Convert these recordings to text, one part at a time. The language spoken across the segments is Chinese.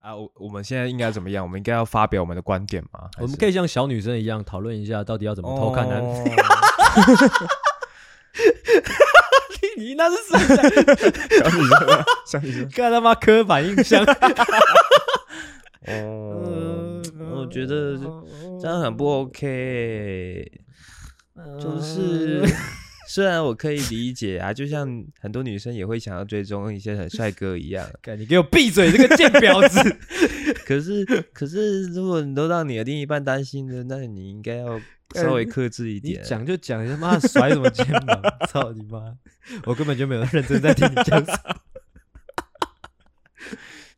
啊，我我们现在应该怎么样？我们应该要发表我们的观点吗？我们可以以像小女生一样讨论一下，到底要怎么偷看啊男。哦 你你那是谁在？小女生，小女生。看他妈刻板印 象。呃哦，我觉得嗯这样很不 OK。就是呃嗯 虽然我可以理解啊，就像很多女生也会想要追踪一些很帅哥一样，啊干你给我闭嘴，这个贱婊子！ 可是可是如果你都让你的另一半担心了，那你应该要稍微克制一呃你点。啊讲就讲，你他妈甩什么肩 膀？操你妈！我根本就没有认真在听你讲什么。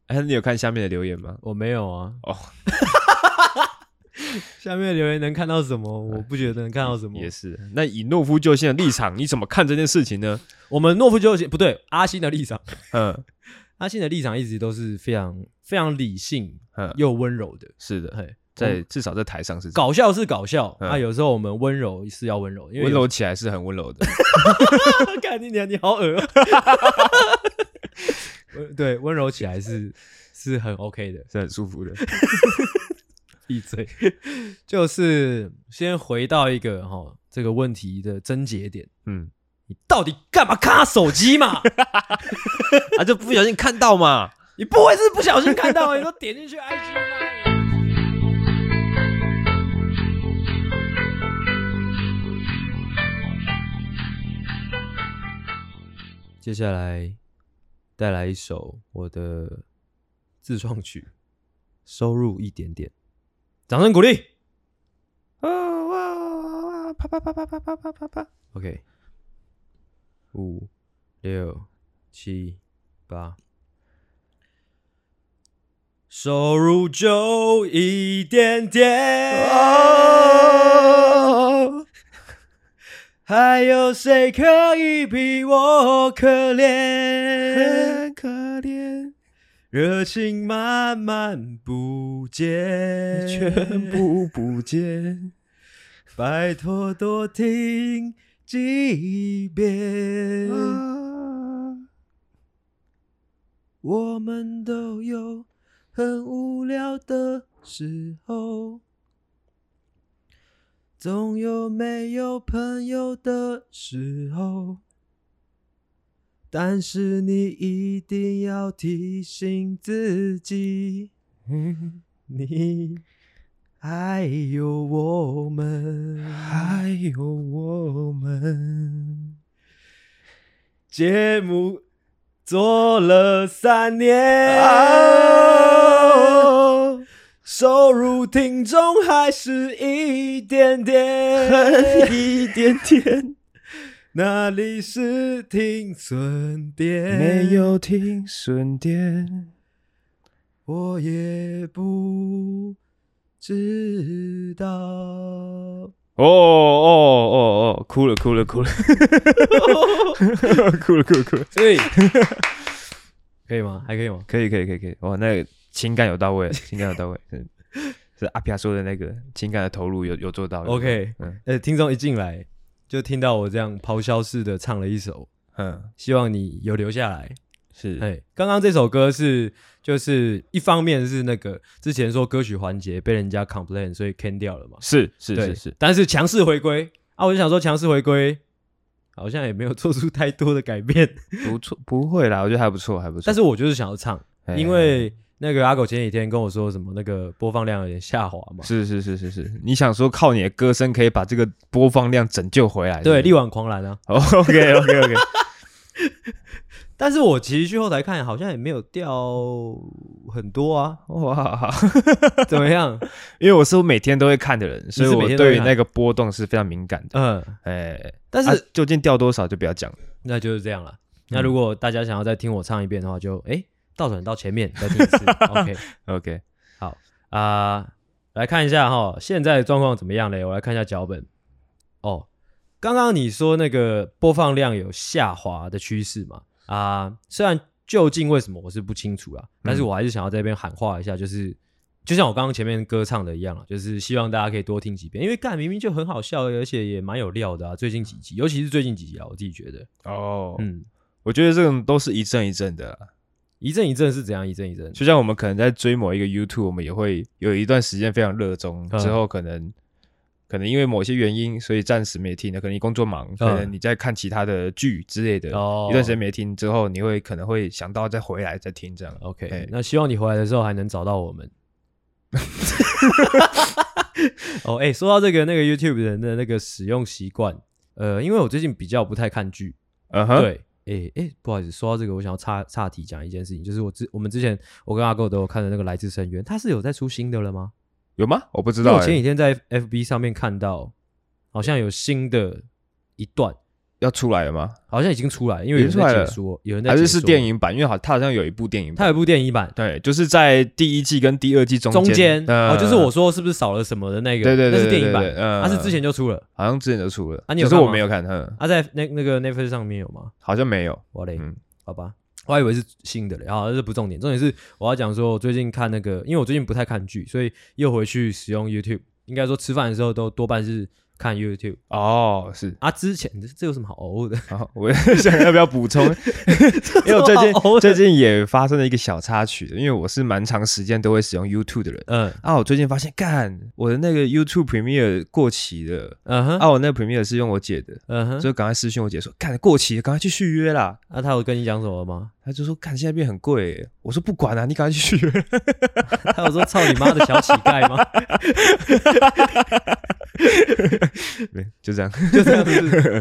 哎，你有看下面的留言吗？ 我没有啊。哦， 下面留言能看到什么？我不觉得能看到什么。也是。那以懦夫救星的立场，你怎么看这件事情呢？我们懦夫救星不对，阿信的立场，嗯阿信的立场一直都是非常非常理性嗯，又温柔的。是的，嘿，在至少在台上是搞笑是搞笑，嗯啊，有时候我们温柔是要温柔，因为温柔起来是很温柔的。 干你娘，你好恶、哦温对，温柔起来是是很 OK 的。是很舒服的。闭嘴，就是先回到一个哈、这个问题的症结点，嗯，你到底干嘛看他手机嘛？啊，就不小心看到嘛。你不会是不小心看到吧，你都点进去 IG 吗？接下来带来一首我的自创曲，收入一点点，掌声鼓励。啊哇！啪啪啪啪啪啪啪啪啪。 OK，五、六、七、八，收入就一点点，还有谁可以比我 可怜？可怜，热情慢慢不见，全部不见。 拜托多听几遍。啊我们都有很无聊的时候，总有没有朋友的时候。但是你一定要提醒自己，你还有我们，还有我们。节目做了三年，收入听众还是一点点，一点点哪里是停损点？没，有停损点，我也不知道。哦哦哦哦，哭了哭了哭了，哭了哭了哭了， 所以可以吗？还可以吗？可以可以可以可以，哇，那个情感有到位，情感有到位， 嗯是阿皮亚说的那个情感的投入有有做到有做到 OK 嗯呃，听众一进来就听到我这样咆哮式的唱了一首，嗯，希望你有留下来。是，哎，刚刚这首歌是就是一方面是那个之前说歌曲环节被人家 complain，所以 can 掉了嘛。是是对是是，但是强势回归啊，我就想说强势回归好像也没有 做出太多的改变，不错，不会啦，我觉得还不错，还不错。但是我就是想要唱，哎因为那个阿狗前几天跟我说什么那个播放量有点下滑嘛。是是是是是，你想说靠你的歌声可以把这个播放量拯救回来？对，力另外挽狂澜啊！哦 OK OK OK，。但是我其实去后台看，好像也没有掉很多啊哇， 怎么样？因为我是每天都会看的人，所以是我每天都会对于看那个波动是非常敏感的。嗯，哎，但是、啊究竟掉多少就不要讲了。那就是这样了。那嗯如果大家想要再听我唱一遍的话，就哎、诶倒转到前面再听一次。OK OK，啊、来看一下哈，现在的状况怎么样嘞？我来看一下脚本。哦，刚刚你说那个播放量有下滑的趋势嘛？啊、虽然究竟为什么我是不清楚啦，嗯但是我还是想要在这边喊话一下，就是。就像我刚刚前面歌唱的一样啊，就是希望大家可以多听几遍，因为干明明就很好笑，而且也蛮有料的啊。最近几集，尤其是最近几集啊，我自己觉得，哦，嗯，我觉得这种都是一阵一阵的啦，一阵一阵是怎样一阵一阵？就像我们可能在追某一个 YouTube，我们也会有一段时间非常热衷，嗯之后可能可能因为某些原因，所以暂时没听了。可能你工作忙，可能你在看其他的剧之类的，嗯哦一段时间没听之后，你会可能会想到再回来再听这样。 OK，、哎那希望你回来的时候还能找到我们。 哦，哎、说到这个那个 YouTube 人的那个使用习惯，呃，因为我最近比较不太看剧，嗯哼，对，哎、哎、不好意思，说到这个，我想要岔岔题讲一件事情，就是我之我们之前我跟阿狗都有看的那个《来自深渊》，它是有在出新的了吗？有吗？我不知因为道、我前欸，几天在 FB 上面看到，好像有新的一段，要出来了吗？好像已经出来了，因为有人已经出来在了解说，有人在还是解是说电，影版？因为好，它好像有一部电影它版，有部电影版，对，就是在第一季跟第二季中中间间，呃哦，就是我说是不是少了什么的那个，对对对那是电影对对对版，嗯它是之前就出了，好像之前就出了，啊你有可看是吗我没有看，嗯，它在那那个 Netflix 上面有吗？好像没有，我嘞嗯，好吧，我还以为是新的嘞，然后这不重点，重点是我要讲说，我最近看那个，因为我最近不太看剧，所以又回去使用 YouTube，应该说吃饭的时候都多半是看 YouTube 哦，是。啊，之前这这有什么好偶的？然后我想要不要补 充， 因为我最近好偶的 最近也发生了一个小插曲，因为我是蛮长时间都会使用 YouTube 的人嗯啊。我最近发现，干我的那个 YouTube Premiere 过期了嗯哼啊，我那个 Premiere 是用我姐的，嗯哼，所以赶快私信我姐说，干过期了，赶快去续约啦。那他有跟你讲什么吗？她就说，干现在变很贵耶，我说不管啊，你赶快去续约。 他有说操你妈的小乞丐吗？对，就这样。 就这样子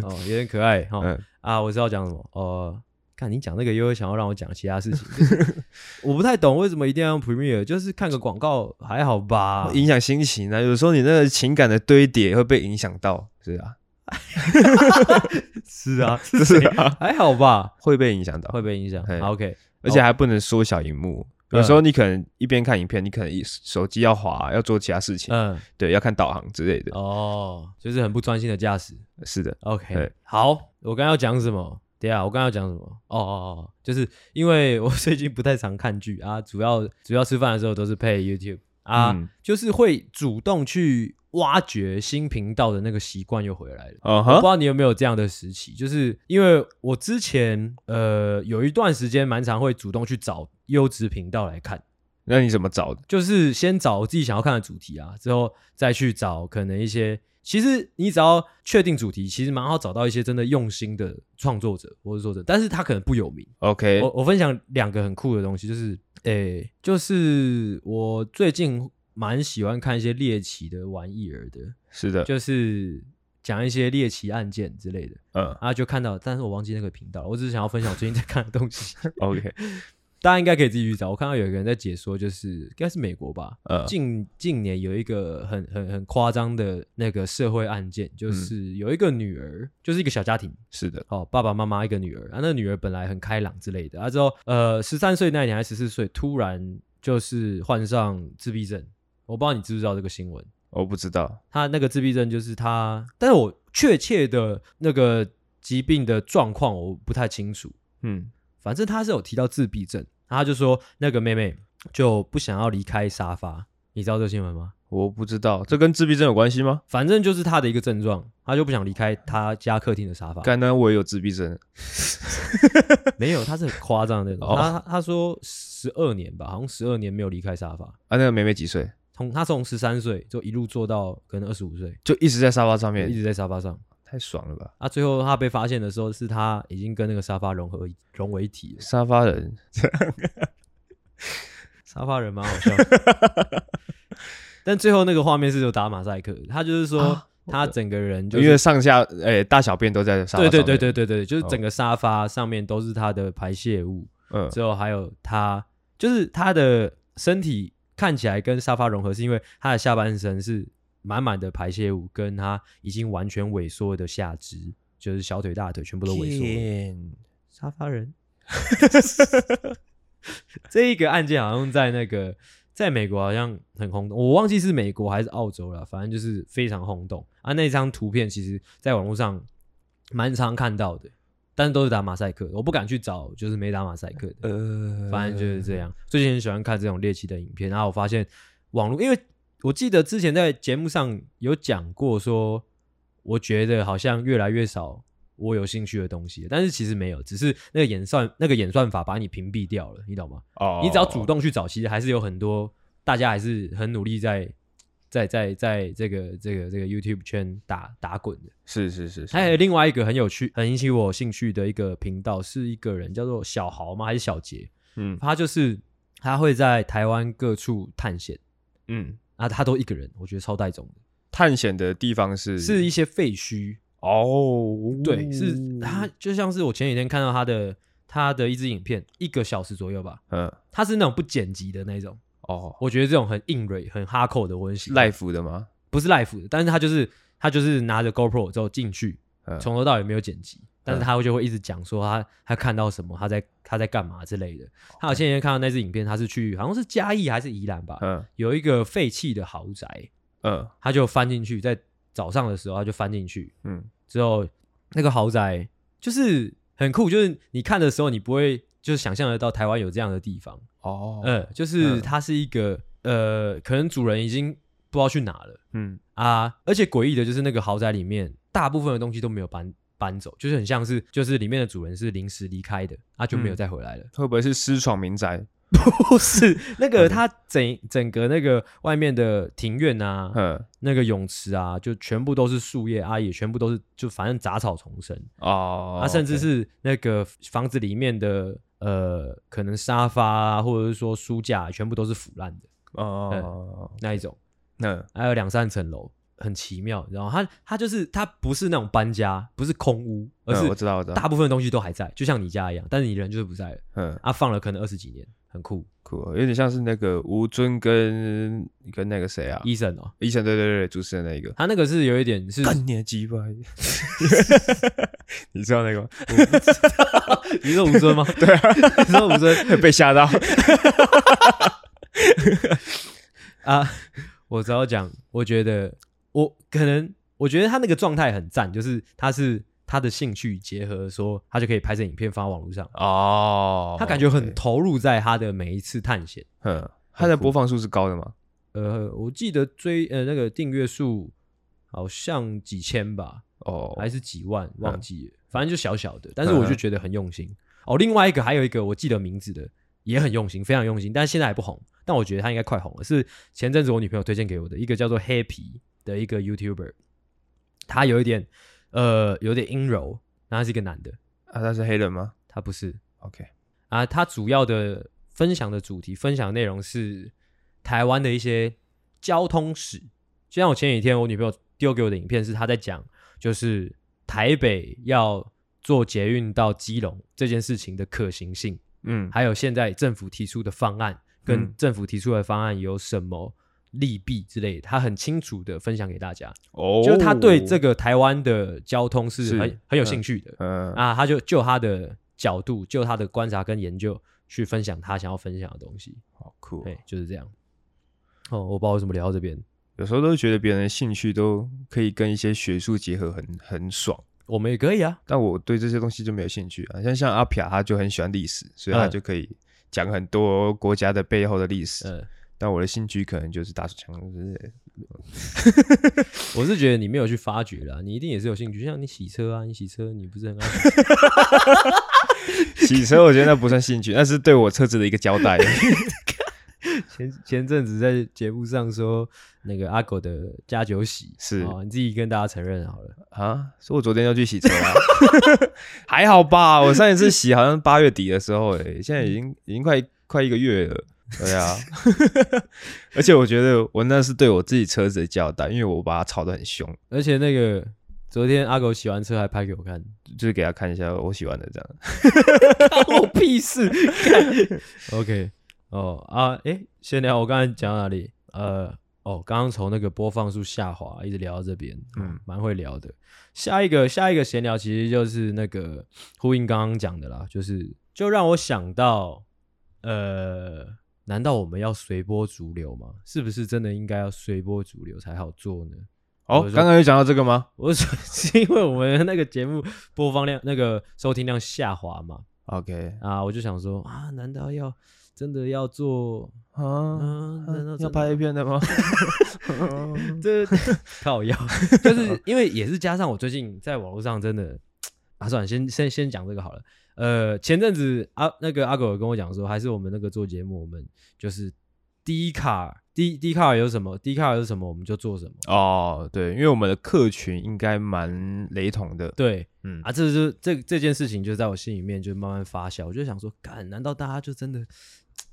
哦，有点可爱哈、嗯啊！我知道讲什么呃，看你讲那个，又会想要让我讲其他事情，就是 我不太懂为什么一定要用 Premiere，就是看个广告还 好吧？影响心情啊，有时候你那个情感的堆叠会被影响到，是 啊，是啊，是谁啊，还好吧？会被影响到，会被影响。嘿啊 OK，而且还不能缩小荧幕。嗯有时候你可能一边看影片，你可能一手机要滑，要做其他事情，嗯，对，要看导航之类的。哦，就是很不专心的驾驶。是的， OK，对好，我刚刚要讲什么？等一下，我刚刚要讲什么？哦哦哦，就是因为我最近不太常看剧啊，主要主要吃饭的时候都是配 YouTube 啊，嗯就是会主动去挖掘新频道的那个习惯又回来了。嗯我不知哼，道你有没有这样的时期，就是因为我之前呃有一段时间蛮常会主动去找优质频道来看，那你怎么找的？就是先找我自己想要看的主题啊，之后再去找可能一些。其实你只要确定主题，其实蛮好找到一些真的用心的创作者或者作者，但是他可能不有名。 ？OK，我我分享两个很酷的东西，就是诶、就是我最近蛮喜欢看一些猎奇的玩意儿的，是的，就是讲一些猎奇案件之类的嗯 啊，就看到，但是我忘记那个频道了，我只是想要分享我最近在看的东西， ，OK，大家应该可以自己去找。我看到有一个人在解说，就是应该是美国吧，嗯近近年有一个很很很夸张的那个社会案件，就是有一个女儿，就是一个小家庭，是的，哦，爸爸妈妈一个女儿，啊，那个女儿本来很开朗之类的，啊之后呃十三岁那一年还是十四岁，突然就是患上自闭症，我不知道你知不知道这个新闻，我不知道，她那个自闭症就是她，但是我确切的那个疾病的状况我不太清楚，嗯反正他是有提到自闭症，他就说那个妹妹就不想要离开沙发，你知道这个新闻吗？我不知嗯道，这跟自闭症有关系吗？反正就是他的一个症状，他就不想离开他家客厅的沙发。干呢，我也有自闭症，没有，他是很夸张的那种。哦他他说十二年吧，好像十二年没有离开沙发。啊，那个妹妹几岁？从他从十三岁就一路坐到可能二十五岁，就一直在沙发上就一面，直在沙发上。太爽了吧！啊，最后他被发现的时候，是他已经跟那个沙发融合一融为一体了。沙发人，沙发人蛮好笑， 但最后那个画面是有打马赛克，他就是说、啊他整个人就因是为上下诶大小便都在沙发上对对面，哦对对对对，就是整个沙发上面都是他的排泄物，嗯，之后还有他就是他的身体看起来跟沙发融合，是因为他的下半身是满满的排泄物，跟他已经完全萎缩的下肢，就是小腿、大腿全部都萎缩了。干沙发人。这一个案件好像在那个在美国好像很轰动，我忘记是美国还是澳洲了，反正就是非常轰动啊。那张图片其实在网络上蛮常看到的，但是都是打马赛克的，我不敢去找就是没打马赛克的。呃，反正就是这样。最近很喜欢看这种猎奇的影片，然后我发现网络，因为我记得之前在节目上有讲过说我觉得好像越来越少我有兴趣的东西，但是其实没有，只是那个演算那个演算法把你屏蔽掉了，你懂吗？哦你只要主动去找，其实还是有很多大家还是很努力在在在在这个这个这个 YouTube 圈打打滚的。是是是是，还有另外一个很有趣、很引起我兴趣的一个频道，是一个人叫做小豪吗？还是小杰？嗯他就是他会在台湾各处探险嗯，啊，他都一个人，我觉得超带种的，探险的地方是是一些废墟。哦，对，是他就像是我前几天看到他的他的一支影片，一个小时左右吧，嗯他是那种不剪辑的那种，哦我觉得这种很硬蕊、很哈扣的，我很喜欢。 ，life 的吗？不是 live 的，但是他就是他就是拿着 GoPro 之后进去，嗯从头到尾没有剪辑，但是他就会一直讲说他他看到什么，他在他在干嘛之类的。他有前几天看到那支影片，他是去好像是嘉义还是宜兰吧，嗯嗯有一个废弃的豪宅，嗯他就翻进去，在早上的时候他就翻进去，嗯，之后那个豪宅就是很酷，就是你看的时候你不会就是想象得到台湾有这样的地方，哦，呃，就是它是一个呃，可能主人已经不知道去哪了。嗯啊，而且诡异的就是那个豪宅里面大部分的东西都没有搬搬走，就是很像是就是里面的主人是临时离开的，啊就没有嗯再回 来了。会不会是私闯民宅？ 不是那个嗯他整整个那个外面的庭院啊，嗯那个泳池啊，就全部都是树叶啊，也全部都是就反正杂草丛生，哦，啊，甚至是那个房子里面的。呃，可能沙发啊，或者是说书架啊，全部都是腐烂的哦，嗯那一种，那还有两三层楼，很奇妙。然后它它就是它不是那种搬家，不是空屋，而嗯我是知道我知道，大部分的东西都还在，就像你家一样，但是你人就是不在了。嗯啊，放了可能二十几年，很酷。酷，有点像是那个吴尊跟跟那个谁啊，医生哦，医生对对对，主持人那一个。他那个是有一点是，干你的 鸡巴！ 你知道那个吗？ 你说吴尊吗？对啊， 你说吴尊被 吓到。啊？ 我只要讲，我觉得我可能我觉得他那个状态很赞，就是他是他的兴趣结合说，他就可以拍成影片放到网络上，哦，他感觉很 OK 投入在他的每一次探险。嗯，它的播放数是高的吗？呃，我记得追呃那个订阅数好像几千吧，哦，还是几万，忘记了，反正就小小的，但是嗯我就觉得很用心。哦，另外一个还有一个我记得名字的也很用心，非常用心，但是现在还不红，但我觉得他应该快红了。是前阵子我女朋友推荐给我的一个叫做 Happy 的一个 YouTuber，他有一点呃有点阴柔，然后他是一个男的，啊，他是黑人吗他不是？OK，啊，他主要的分享的主题、分享的内容是台湾的一些交通史。就像我前几天我女朋友丢给我的影片，是她在讲就是台北要做捷运到基隆这件事情的可行性，嗯，还有现在政府提出的方案跟嗯政府提出的方案有什么利弊之类的，她很清楚的分享给大家。哦，就是她对这，个台湾的交通是是很很有兴趣的。嗯啊，他就就他的角度，就他的观察跟研究去分享他想要分享的东西，好酷哦对，，就是这样。哦，我不知道为什么聊到这边，有时候都觉得别人的兴趣都可以跟一些学术结合很，很爽。我们也可以啊，但我对这些东西就没有兴趣啊，像像阿撇，他就很喜欢历史，所以他嗯就可以讲很多国家的背后的历史。嗯，但我的兴趣可能就是打手枪之类的。 我是觉得你没有去发掘啦，你一定也是有兴趣，像你洗车啊，你洗车，你不是 很爱洗洗车我觉得那不算兴趣，那是对我车子的一个交代。前前阵子在节目上说那个阿狗的加酒洗是啊、你自己跟大家承认好了，啊，所以我昨天要去洗车啊， 还好吧？我上一次洗好像八月底的时候、欸，现在已经已经快快一个月了。对啊， 而且我觉得我那是对我自己车子的交代，因为我把它吵得很凶，而且那个昨天阿狗洗完车还拍给我看，就是给他看一下我喜欢的这样。 我屁事。OK，哦啊，诶，先聊我刚才讲到哪里？呃，哦，刚刚从那个播放数下滑，一直聊到这边，嗯嗯，蛮会聊的。下一个下一个闲聊其实就是那个呼应刚刚讲的啦，就是就让我想到，呃，难道我们要随波逐流吗？是不是真的应该要随波逐流才好做呢？哦，刚刚有讲到这个吗？我是说是因为我们那个节目播放量、那个收听量下滑嘛， OK 啊，我就想说啊，难道要真的要做？啊，嗯、啊难道真要的拍片的吗？ 这靠腰？就是因为也是加上我最近在网络上真的啊，算了，先先先讲这个好了。呃，前阵子阿那个阿狗有跟我讲说，还是我们那个做节目，我们就是低卡低低卡有什么，低卡有什么我们就做什么。 哦，对，因为我们的客群应该蛮雷同的，对嗯，啊，这就这这件事情就在我心里面就慢慢发酵，我就想说，干，难道大家就真的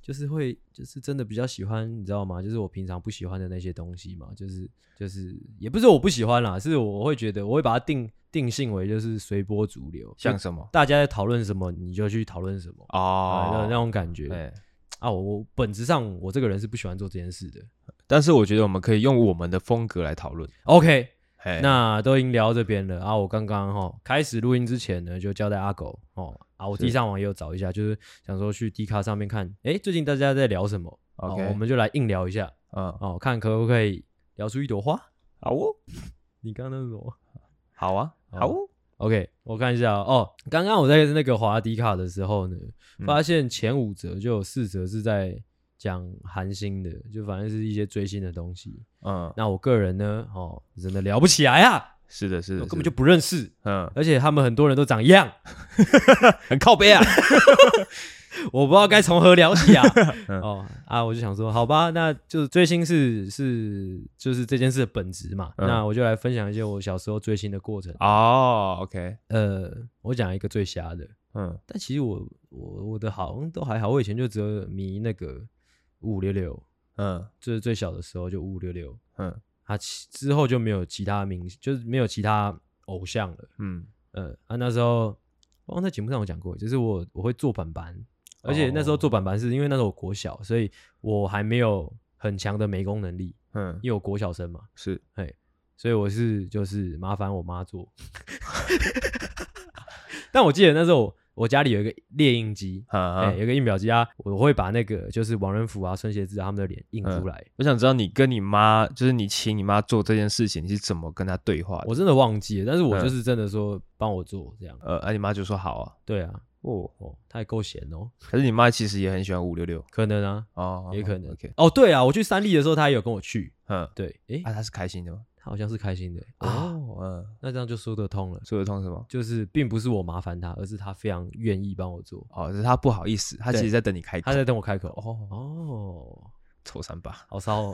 就是会就是真的比较喜欢，你知道吗？就是我平常不喜欢的那些东西嘛，就是就是也不是我不喜欢啦，是我会觉得我会把它定定性为就是随波逐流，像就什么？大家在讨论什么你就去讨论什么。啊，那那哦，种感觉，对，啊，我我本质上我这个人是不喜欢做这件事的。但是我觉得我们可以用我们的风格来讨论。 OK，哎，那都已经聊到这边了啊。我刚刚哈开始录音之前呢，就交代阿狗哦啊，我是地上网也有找一下，就是想说去 D 卡上面看，诶，最近大家在聊什么 OK，哦，我们就来硬聊一下嗯，哦，看可不可以聊出一朵花。好哦，你刚刚那种好啊，哦好哦， OK，我看一下哦。哦刚刚我在那个滑 D 卡的时候呢，嗯发现前五折就有四折是在讲韩星的，就反正是一些追星的东西。嗯，那我个人呢，哦，真的聊不起来啊，是的，是的，我根本是就的不认识，嗯，而且他们很多人都长一样，很靠背啊，我不知道该从何聊起啊。 嗯哦啊，我就想说，好吧，那就是追星是是就是这件事的本质嘛。嗯那我就来分享一些我小时候追星的过程。 哦，OK，呃，我讲一个最瞎的，嗯，但其实我我我的好像都还好，我以前就只有迷那个五五六六，嗯，就是最小的时候就五五六六，嗯，啊其之后就没有其他明星，就是没有其他偶像了。嗯，呃，啊，那时候我好像在节目上有讲过，就是我我会做板板，而且那时哦候做板板是因为那时候我国小，所以我还没有很强的美工能力，嗯，因为我国小生嘛，是，所以我是就是麻烦我妈做。 但我记得那时候我我家里有一个猎印机，哎、啊，有一个印表机啊，我会把那个就是王仁甫啊、孙协志啊他们的脸印嗯出来，我想知道你跟你妈，就是你请你妈做这件事情，你是怎么跟她对话的？我真的忘记了，但是我嗯就是真的说帮我做这样，呃，啊，你妈就说好啊，对啊，哦，哦，他也够闲哦，可是你妈其实也很喜欢五六六可能啊，哦，也可能。 ，OK，哦，对啊，我去三立的时候，他也有跟我去。嗯，对，诶，啊，她是开心的吗？他好像是开心的、啊。哦，嗯，那这样就说得通了，说得通是吗？就是并不是我麻烦他，而是他非常愿意帮我做，哦，只是她不好意思，她对其实在等你开口他，在等我开口。哦哦，哦，臭三八，好骚哦。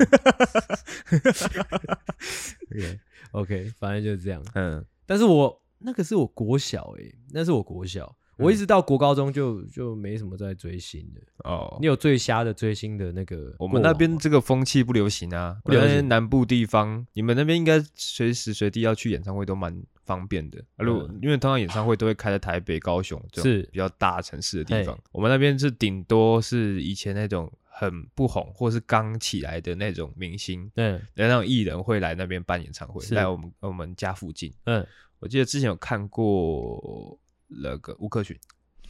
OK OK，反正就是这样。嗯，但是我那个是我国小诶、那是我国小，我嗯一直到国高中就就没什么在追星的。哦你。有最瞎的追星的那个？我们那边这个风气不流行啊，不流我行那边南部地方，你们那边应该随时随地要去演唱会都蛮方便的。啊如果、因为通常演唱会都会开在台北、高雄这种嗯是比较大城市的地方嘿，我们那边是顶多是以前那种很不红或是刚起来的那种明星，嗯那种艺人会来那边办演唱会，是来我们我们家附近。嗯，我记得之前有看过那个吴克群，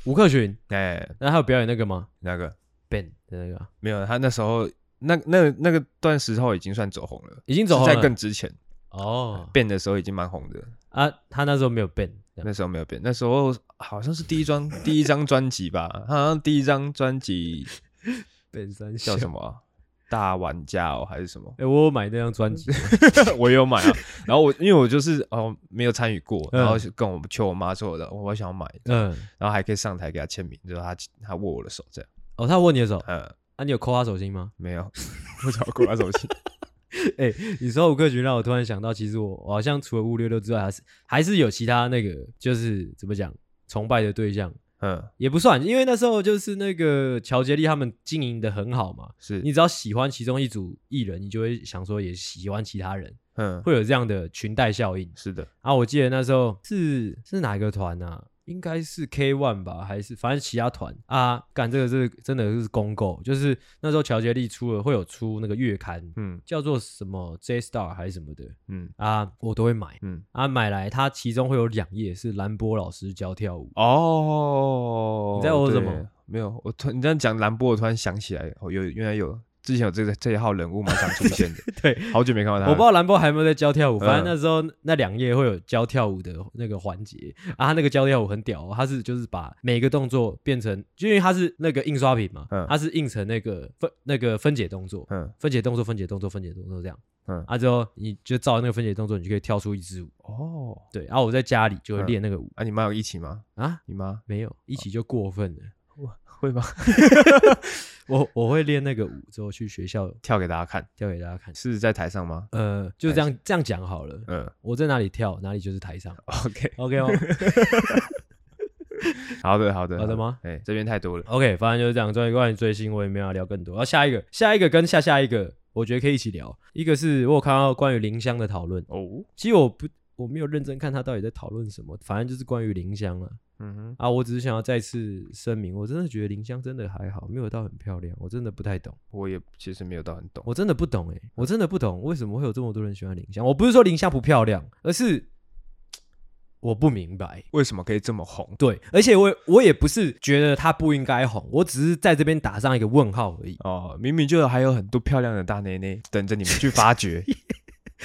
吴克群，哎、那他有表演那个吗那个？Ben 的那个啊没有，他那时候那那那个段时候已经算走红了。已经走红是了在更之前哦变的时候已经蛮红的，啊，他那时候没有 Ben，这样那时候没有变，那时候好像是第一张 第一张专辑吧，他好像第一张专辑 Ben 三叫什么？么 ？啊、大玩家哦，还是什么 哎、我有买那张专辑，我也有买啊。然后我因为我就是哦没有参与过，嗯然后就跟我求我妈说，我我想要买，嗯，然后还可以上台给她签名，就是她她握我的手这样。哦，他握你的手，嗯，啊，你有抠他手心吗？没有， 我找过她手机。哎、你说吴克群让我突然想到，其实我我好像除了五六六之外，还是还是有其他那个，就是怎么讲，崇拜的对象嗯，也不算，因为那时候就是那个乔杰利他们经营的很好嘛，是你，只要喜欢其中一组艺人，你就会想说也喜欢其他人，嗯，会有这样的裙带效应。是的，啊，我记得那时候是是哪一个团啊？应该是 K One 吧，还是反正其他团啊？干这个是真的是公购，就是那时候乔杰利出了会有出那个月刊，嗯叫做什么 J Star 还是什么的嗯啊，我都会买嗯，啊，买来它其中会有两页是兰波老师教跳舞，哦，你在问我什对么？没有，我突你这样讲兰波，我突然想起来，哦，有原来有之前有这个这一号人物蛮常出现的， 对，好久没看到他了。我不知道兰波还有没有在教跳舞，嗯反正那时候那两页会有教跳舞的那个环节啊，他那个教跳舞很屌、哦，他是就是把每个动作变成，就因为它是那个印刷品嘛，嗯它是印成那个分那个分解动作，嗯，分解动作，分解动作，分解动作这样，嗯啊之后你就照那个分解动作，你就可以跳出一支舞，哦，对，啊然、后我在家里就会嗯练那个舞、啊，你妈有一起吗？啊，你妈没有一起就过分了，哦会吗？ 我我会练那个舞之后去学校跳给大家看，跳给大家看，是在台上吗？呃，就这哎样这样讲好了，嗯我在哪里跳，哪里就是台上，OK， ，OK 吗？好的，好的，好的吗？哎，这边太多了， OK，反正就是这样。关于关于追星，我也没有要聊更多。然后下一个，下一个跟下下一个，我觉得可以一起聊。一个是我有看到关于林香的讨论，哦，其实我不我没有认真看他到底在讨论什么，反正就是关于林香了嗯哼，啊。我只是想要再次声明，我真的觉得林香真的还好，没有到很漂亮，我真的不太懂，我也其实没有到很懂，我真的不懂诶、欸我真的不懂为什么会有这么多人喜欢林香。我不是说林香不漂亮，而是我不明白。为什么可以这么红？对，而且我我也不是觉得她不应该红，我只是在这边打上一个问号而已。哦，明明就还有很多漂亮的大内内等着你们去发 掘，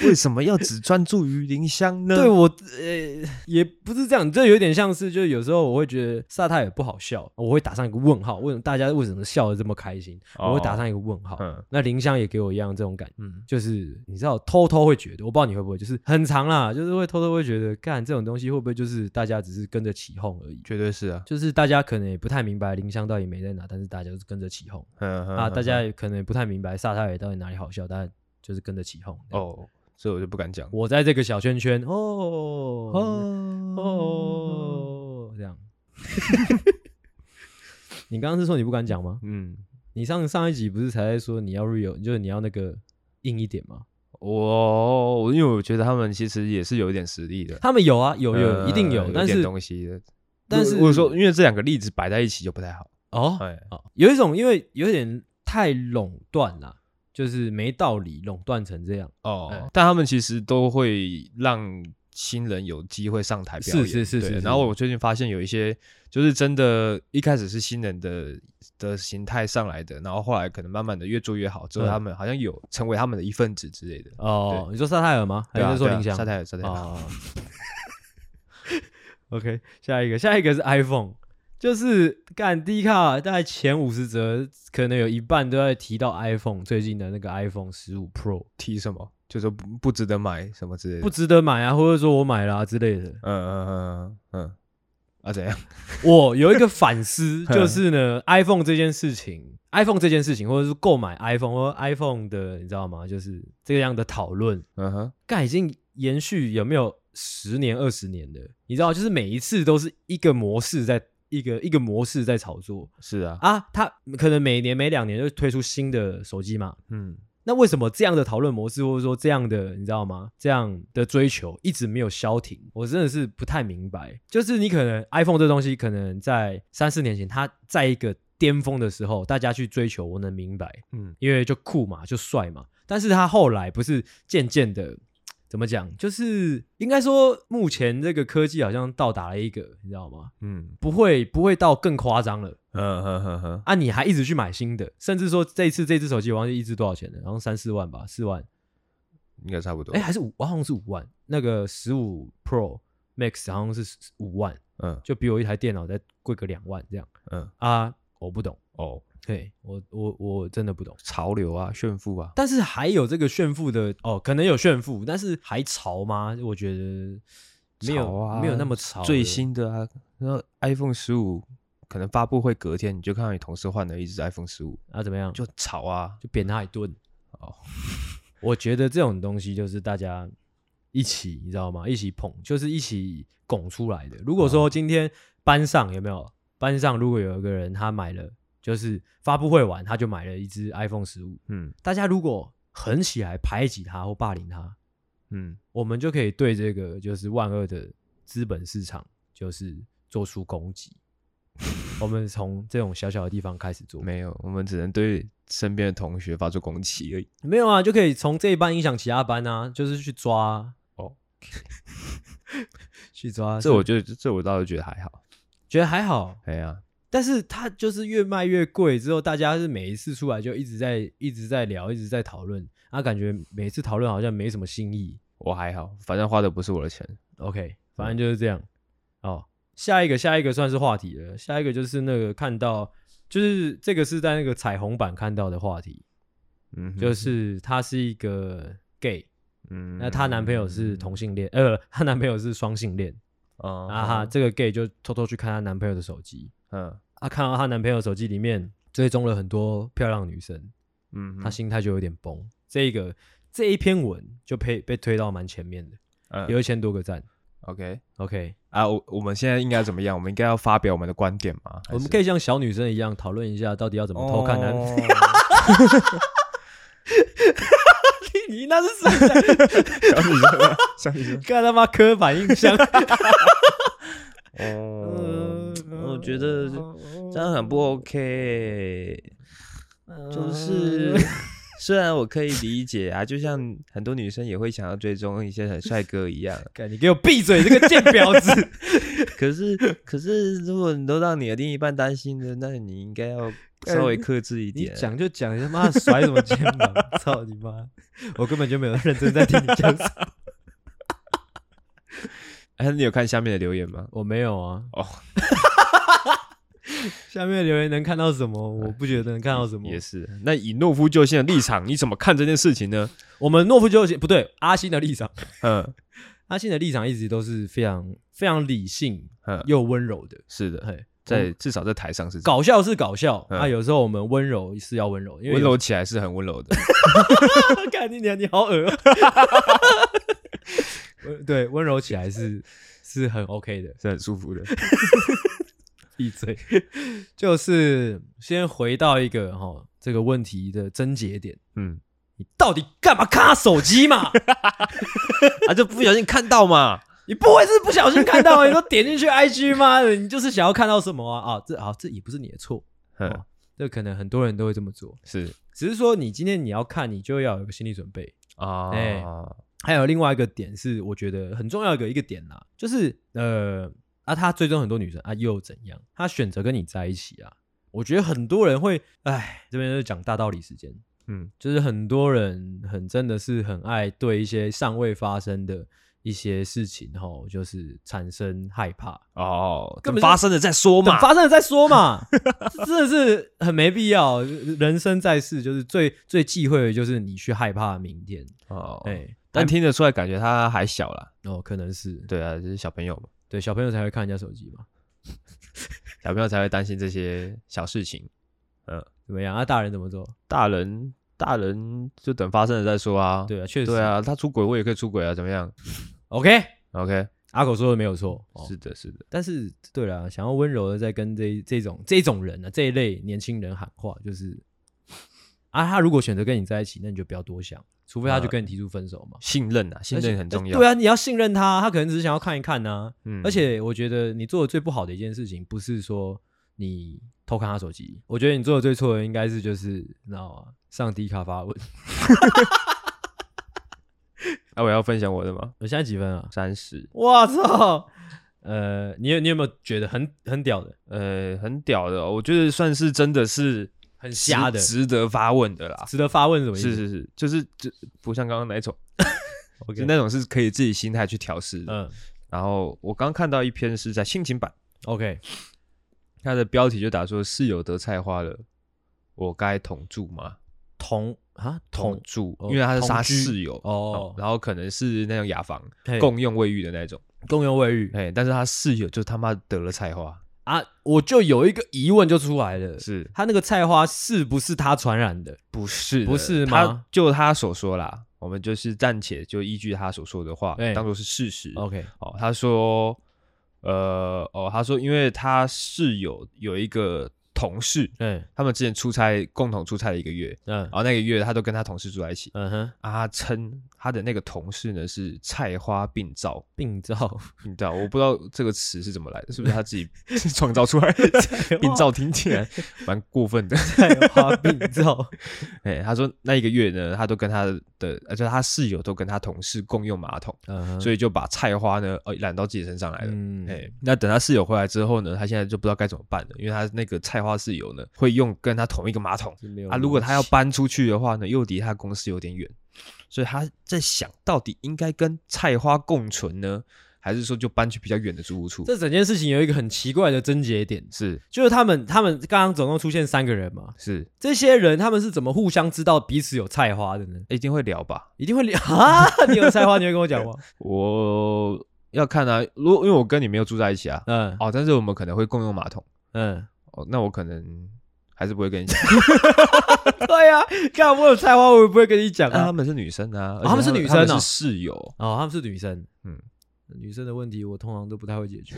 为什么要只专注于林香呢？对我呃也不是这样，这有点像是，就是有时候我会觉得萨泰尔不好笑，我会打上一个问号，为什么大家为什么笑得这么开心？哦我会打上一个问号。嗯那林香也给我一样这种感觉。嗯，就是你知道，偷偷会觉得，我不知道你会不会，就是很长啦，就是会偷偷会觉得，干这种东西会不会就是大家只是跟着起哄而已？绝对是啊，就是大家可能也不太明白林香到底美在哪，但是大家就是跟着起哄嗯哼啊，哼大家也可能也不太明白萨泰尔到底哪里好笑，但就是跟着起哄。哦，哦，这我就不敢讲。我在这个小圈圈，哦哦，哦，这样。 你刚刚是说你不敢讲吗？嗯，你上上一集不是才在说你要 real，就是你要那个硬一点吗？我我因为我觉得他们其实也是有一点实力的，他们有啊，有有、呃一定有，有但点是东西的。但是如果说，因为这两个例子摆在一起就不太好。哦哎，哦，有一种因为有点太垄断了，就是没道理垄断成这样。哦，但他们其实都会让新人有机会上台表演，是是是对是是然后我最近发现有一些就是真的，一开始是新人的的形态上来的，然后后来可能慢慢的越做越好，之后嗯他们好像有成为他们的一份子之类的。哦，你说沙泰尔吗？还对啊是说对啊林香？沙太尔，沙太尔，哦 OK，下一个，下一个是 iPhone，就是干低卡，大概前五十折，可能有一半都在提到 iPhone 最近的那个 iPhone 十五 Pro 提什么？就说不不值得买什么之类的。不值得买啊，或者说我买了啊之类的。嗯嗯嗯嗯嗯， 啊怎样？我有一个反思，嗯就是呢，iPhone 这件事情，iPhone 这件事情，或者是购买 iPhone 或者 iPhone 的，你知道吗？就是这样的讨论， 嗯哼，干已经延续有没有十年二十年的？你知道，就是每一次都是一个模式在一个一个模式在炒作是啊，啊。它可能每年每两年就推出新的手机嘛。嗯，那为什么这样的讨论模式，或者说这样的你知道吗？这样的追求一直没有消停，我真的是不太明白。就是你可能 iPhone 这东西，可能在三四年前，它在一个巅峰的时候，大家去追求，我能明白，嗯嗯，因为就酷嘛，就帅嘛。但是它后来不是渐渐的，怎么讲？就是应该说，目前这个科技好像到达了一个，你知道吗？嗯不会不会到更夸张了。嗯哼哼哼，啊，你还一直去买新的，甚至说这一次这只手机我忘记一只多少钱了，然后三四万吧，四万，应该差不多。哎、还是五，好像是五万。那个十五 Pro Max 好像是五万，嗯就比我一台电脑再贵个两万这样嗯，啊，我不懂，哦，对我我我真的不懂。潮流啊，炫富啊，但是还有这个炫富的哦，可能有炫富，但是还潮吗？我觉得没有、潮啊没有那么潮了。最新的啊，然后 iPhone 十五可能发布会隔天，你就看到你同事换了一只 iPhone 十五，啊怎么样？就吵啊，就扁他一顿。哦， 我觉得这种东西就是大家一起，你知道吗？一起捧，就是一起拱出来的。如果哦说今天班上有没有班上如果有一个人他买了，就是发布会完他就买了一只 iPhone 十五，嗯大家如果狠起来排挤他或霸凌他，嗯，我们就可以对这个就是万恶的资本市场就是做出攻击。我们从这种小小的地方开始做，没有，我们只能对身边的同学发出攻击而已。没有啊，就可以从这一班影响其他班啊，就是去抓啊 哦，去抓。这我是啊就这我倒是觉得还好，觉得还好，哎呀，但是它就是越卖越贵，之后大家是每一次出来就一直在一直在聊，一直在讨论，啊，感觉每次讨论好像没什么新意。我还好，反正花的不是我的钱。 OK，反正就是这样。哦，下一个下一个算是话题了，下一个就是那个看到，就是这个是在那个彩虹版看到的话题，嗯哼， 就是她是一个 gay，嗯，那她男朋友是同性恋，呃，她男朋友是双性恋，哦啊哈，这个 gay 就偷偷去看她男朋友的手机，嗯啊，看到她男朋友手机里面追踪了很多漂亮女生，嗯，她心态就有点崩。这个这一篇文就被被推到蛮前面的，嗯有一千多个赞。 OK OK，啊，我我们现在应该怎么样？我们应该要发表我们的观点吗？我们以可以像小女生一样讨论一下，到底要怎么偷看男。哦 你你那是什么？小女生啊，小女 生。看他妈刻板印 象。嗯哦，我觉得这样很不 OK。就是嗯虽然我可以理解啊，就像很多女生也会想要追踪一些很帅哥一样，啊干你给我闭嘴，这个贱婊 子！可是可是如果你都让你的另一半担心了，那你应该 要稍微克制一呃你点。讲就讲，你他妈甩什么肩膀？操你妈！我根本就没有认真在听你讲什么。哎，你有看下面的留言吗？ 我没有啊。哦。 下面留言能看到什么？我不觉得能看到什么。也是。那以懦夫救星的立场，你怎么看这件事情呢？我们懦夫救星不对，阿信的立场，嗯阿信的立场一直都是非常非常理性嗯，又温柔的。是的，嘿，在至少在台上是这样搞笑是搞笑，嗯啊，有时候我们温柔是要温柔，因为温柔起来是很温柔的。 有。看你娘，你好恶。哦温对，温柔起来是是很 OK 的。是很舒 服的。闭嘴。就是先回到一个哈、这个问题的症结点，嗯，你到底干嘛看他手机嘛？啊，就不小心看到 嘛。你不会是不小心看到，你都点进去 IG 吗？你就是想要看到什么啊？啊，这啊这也不是你的错，嗯，这可能很多人都会这么做，是只是说你今天你要看，你就要有个心理准备。啊，哎还有另外一个点是，我觉得很重要的一个一个点啦，就是呃啊，他追踪很多女生啊，又怎样？他选择跟你在一起啊，我觉得很多人会，哎，这边就是讲大道理时间，嗯，就是很多人很真的是很爱对一些尚未发生的一些事情吼，就是产生害怕，哦，根根本本就发生了再说等嘛。发生了再说嘛，这真的是很没必要。人生在世，就是最最忌讳的就是你去害怕明天，哦，哎、但听得出来，感觉他还小啦。哦，可能是对啊，就是小朋友嘛，对，小朋友才会看人家手机嘛，小朋友才会担心这些小事情。怎么样？啊，大人怎么做？大人，大人就等发生了再说啊。对啊，确实，对啊，他出轨我也可以出轨啊，怎么样 OK， ？OK，阿狗说的没有错，哦、是的，是的，但是对了，想要温柔的在跟这这种这种人呢、啊，这一类年轻人喊话，就是啊，他如果选择跟你在一起，那你就不要多想，除非他就跟你提出分手嘛。信任啊，信而且任很重要。对啊，你要信任他，他可能只是想要看一看呐、嗯而且我觉得你做的最不好的一件事情，不是说你偷看他手机，我觉得你做的最错的应该是就是，你知道吗？上低卡发文， 啊，我要分享我的吗？我现在几分啊？三十，我操！呃，你有你有没有觉得很很屌的、呃，很屌的哦，我觉得算是真的是很值瞎的、值得发问的啦。值得发问是什么意思？是是是，就是就不像刚刚那一种， OK，就那种是可以自己心态去调试的。嗯然后我刚看到一篇是在心情版， ，OK，它的标题就打说室友得菜花了，我该同住吗？同啊同同住，哦因为他是同杀居室友哦然后可能是那种雅房嘿共用卫浴的那种，共用卫浴哎，但是他室友就他妈得了菜花，啊，我就有一个疑问就出来了，是他那个菜花是不是他传染的？不是的不是吗他就他所说啦，我们就是暂且就依据他所说的话哎当做是事实。 ？OK，哦，他说，呃，哦，他说，因为他室友有一个同事，嗯他们之前出差共同出差了一个月，嗯然后那个月他都跟他同事住在一起。嗯哼，阿称他的那个同事呢是菜花病灶，病灶，病灶，我不知道这个词是怎么来的，是不是他自 己创造出来 的？病灶听起来蛮过分的。哎菜花 病灶，哎，他说那一个月呢，他都跟他的，而且他室友都跟他同事共用马桶，嗯哼，所以就把菜花呢呃染到自己身上来了。嗯，哎，那等他室友回来之后呢，他现在就不知道该怎么办了，因为他那个菜花室友呢会用跟他同一个马桶是没有啊，如果他要逻辑搬出去的话呢，又离他公司有点远，所以他在想到底应该跟菜花共存呢，还是说就搬去比较远的租屋处？这整件事情有一个很奇怪的症结点，是就是他们他们刚刚总共出现三个人嘛，是，这些人他们是怎么互相知道彼此有菜花的呢？一定会聊吧？一定会聊 啊！你有菜花，你会跟我讲吗？我要看啊，如果因为我跟你没有住在一起啊，嗯哦，但是我们可能会共用马桶，嗯，哦，那我可能还是不会跟你 讲，对呀、啊，看我有菜花，我也不会跟你讲但啊他。们是女生啊，而且他们是女生哦他们是室友，哦，他们是女生，嗯嗯，女生的问题我通常都不太会解决。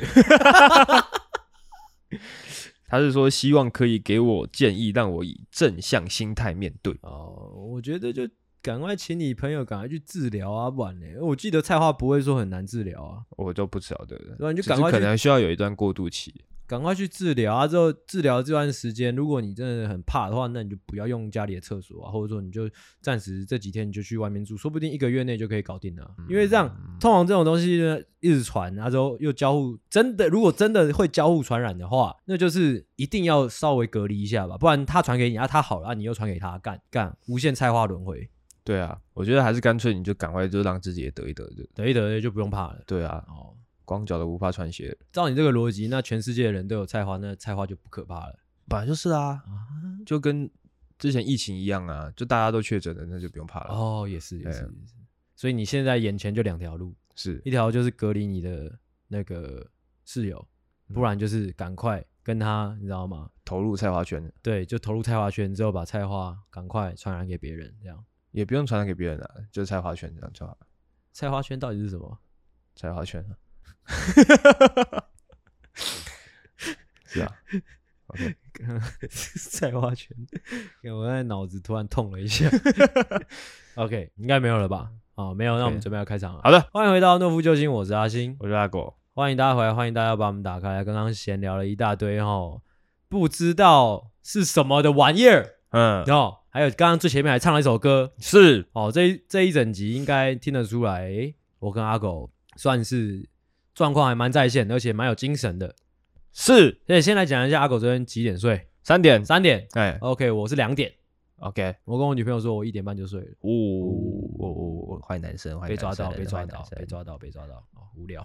他是说希望可以给我建议，让我以正向心态面对。哦，我觉得就赶快请你朋友赶快去治疗啊，不然呢？我记得菜花不会说很难治疗啊，我都不晓得了，对啊你就只赶是快可去能需要有一段过渡期。赶快去治疗啊。之后治疗这段时间，如果你真的很怕的话，那你就不要用家里的厕所啊，或者说你就暂时这几天你就去外面住，说不定一个月内就可以搞定了啊。因为这样，通常这种东西呢一直传，然后之后又交互，真的如果真的会交互传染的话，那就是一定要稍微隔离一下吧，不然他传给你啊，他好了，啊、你又传给他，干干无限菜花轮回，对啊，我觉得还是干脆你就赶快就让自己也得一得就。得一得就不用怕了。对啊，哦，光脚的不怕穿鞋，照你这个逻辑，那全世界的人都有菜花，那菜花就不可怕了本来就是啊，啊。就跟之前疫情一样啊，就大家都确诊了，那就不用怕了。哦，也是，也是，哎也是。所以你现在眼前就两条路，是一条就是隔离你的那个室友，不然就是赶快跟他，你知道吗？投入菜花圈，对，就投入菜花圈之后，把菜花赶快传染给别人，这样。也不用传染给别人啊，就菜花圈这样就好了。菜花圈到底是什么？ 菜花圈啊，啊 是啊，菜花圈，我在脑子突然痛了一下。OK，应该没有了吧？哦，没有，那我们对准备要开场了。好的，欢迎回到诺夫救星，我是阿星，我是阿狗，欢迎大家回来，欢迎大家把我们打开。刚刚闲聊了一大堆哈，不知道是什么的玩意儿，嗯，然后还有刚刚最前面还唱了一首歌是哦。这一这一整集应该听得出来，诶我跟阿狗算是状况还蛮在线，而且蛮有精神的。是所以先来讲一下阿狗昨天几点睡？三点，三点。哎 OK，我是两点。 ，OK，我跟我女朋友说，我一点半就睡了。哦，我我我坏男生，坏被男抓生到，被抓坏男到，生被抓到，被抓到，哦，无聊。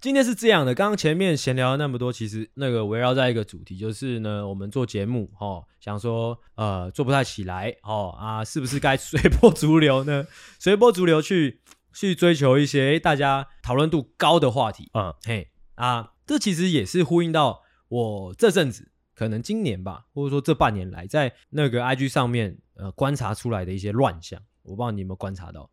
今天是这样的，刚刚前面闲聊了那么多，其实那个围绕在一个主题，就是呢，我们做节目哦，想说呃做不太起来哦啊，是不是该 随波逐流呢？随波逐流去去追求一些诶大家讨论度高的话题，嗯，嘿啊，这其实也是呼应到我这阵子，可能今年吧，或者说这半年来，在那个 IG 上面呃观察出来的一些乱象，我不知道你有没有观察到。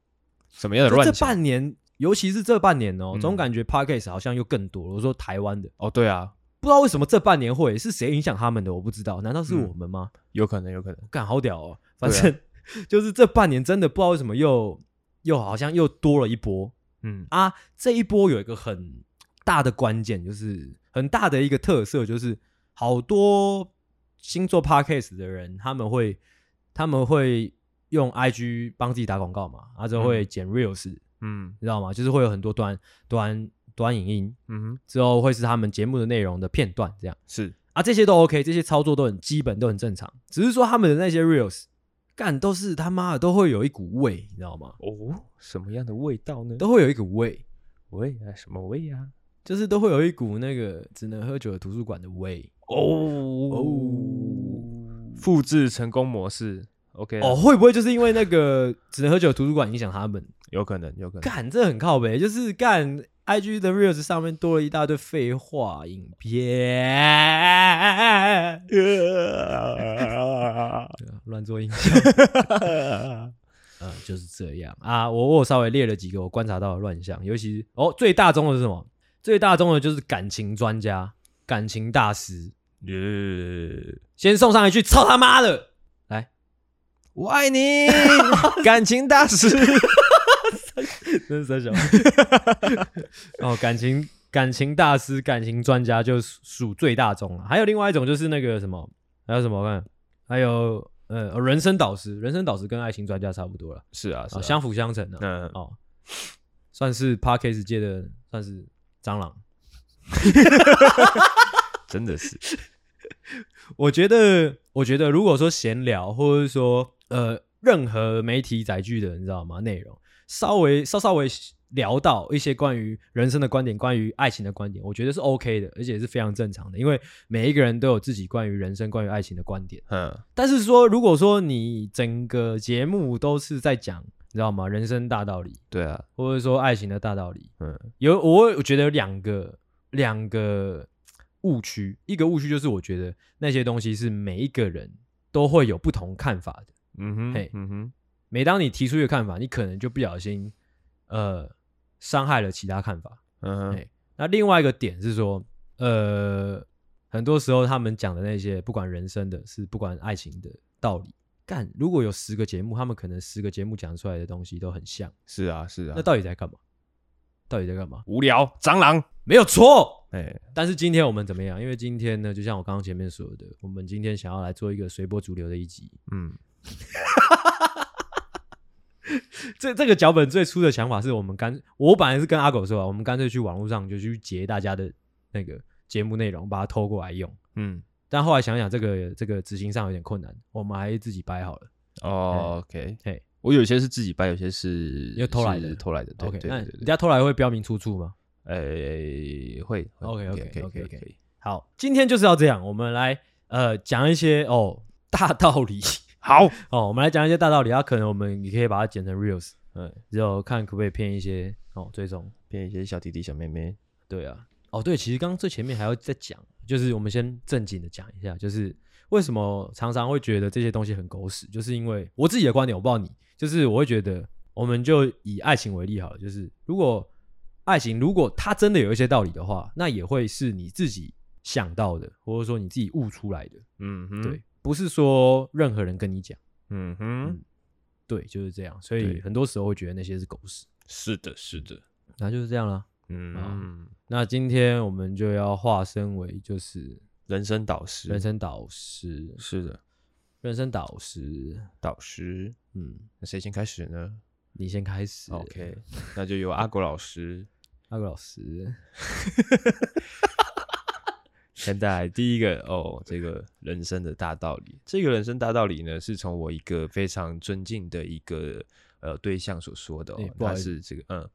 什么样的这乱这象？半年，尤其是这半年哦，嗯总感觉 podcast 好像又更多了。我说台湾的，哦，对啊，不知道为什么这半年会是谁影响他们的，我不知道。难道是嗯我们吗？有可能，有可能，干、好屌哦！反对啊正、就是这半年真的不知道为什么又又好像又多了一波嗯啊！这一波有一个很大的关键，就是很大的一个特色，就是好多星座 podcast 的人，他们会他们会用 IG 帮自己打广告嘛，啊，之后会剪 reels，、嗯你知道吗？就是会有很多端端端影音，嗯哼，之后会是他们节目的内容的片段这样是啊，这些都 OK，这些操作都很基本，都很正常。只是说他们的那些 reels 干都是他妈的都会有一股味，你知道吗？哦，什么样的味道呢？都会有一股味，味啊，什么味啊？就是都会有一股那个只能喝酒的图书馆的味哦哦复制成功模式，OK，啊哦，，会不会就是因为那个只能喝酒的图书馆影响他们？有可能，有可能， 干，这很靠北，就是干 IG 的 reels 上面多了一大堆废话影片。乱做音效。 呃，就是这样啊。我我有稍微列了几个我观察到的乱象，尤其是哦，最大宗的是什么？最大宗的就是感情专家、感情大师先送上一句“操他妈的我爱你，感情大师。”， 真是三小。 哦，感情感情大师、感情专家就属最大宗了。还有另外一种就是那个什么，还有什么？我看还有呃，人生导师，人生导师跟爱情专家差不多了，是啊，是啊，啊。相辅相成的、嗯，哦， 算是 Parkes 界的算是蟑螂。真的是，我觉得，我觉得如果说闲聊，或者是说呃，任何媒体载具的，你知道吗？内容稍微稍稍微聊到一些关于人生的观点，关于爱情的观点，我觉得是 OK 的，而且是非常正常的，因为每一个人都有自己关于人生、关于爱情的观点。嗯，但是说，如果说你整个节目都是在讲，你知道吗？人生大道理，对啊，或者说爱情的大道理，嗯有我我觉得有两个两个误区，一个误区就是我觉得那些东西是每一个人都会有不同看法的。嗯哼嘿，嗯哼，每当你提出一个看法，你可能就不小心呃伤害了其他看法。嗯哼嘿那另外一个点是说，呃，很多时候他们讲的那些不管人生的是不管爱情的道理，干如果有十个节目，他们可能十个节目讲出来的东西都很像，是啊，是啊那。到底在干嘛？到底在干嘛？无聊，蟑螂，没有错。哎，但是今天我们怎么样？因为今天呢，就像我刚刚前面说的，我们今天想要来做一个随波逐流的一集。嗯，这这个脚本最初的想法是我们干，我本来是跟阿狗说啊，我们干脆去网络上就去截大家的那个节目内容，把它偷过来用。嗯，但后来想想，这个这个执行上有点困难，我们还是自己掰好了。哦，OK，嘿我有些是自己掰，有些是又偷来的是偷来的，对 OK，对那对人对对，家偷来会标明出处吗？哎，会会 OK，OK，可以可以 OK，OK 可以，好，今天就是要这样，我们来呃讲一些哦大道理好，哦，我们来讲一些大道理，啊，可能我们也可以把它剪成 reels，嗯，只有看可不可以骗一些哦追踪。变一些小弟弟小妹妹，对啊，哦对，其实刚刚最前面还要再讲，就是我们先正经的讲一下，就是为什么常常会觉得这些东西很狗屎，就是因为我自己的观点，我不知道你，就是我会觉得，我们就以爱情为例好了，就是如果爱情如果它真的有一些道理的话，那也会是你自己想到的，或者说你自己悟出来的，嗯哼，对，，不是说任何人跟你讲，嗯哼，对，就是这样，所以对很多时候会觉得那些是狗屎，是的，是的，那就是这样啦。嗯，那今天我们就要化身为就是人生导师，人生导师，是的，人生导师，导师，嗯，那谁先开始呢你先开始。 ？OK，那就由阿狗老 师阿狗老师，先带来第一个哦，这个人生的大道理。这个人生大道理呢，是从我一个非常尊敬的一个呃对象所说的、哦哎不好他意思是这个嗯，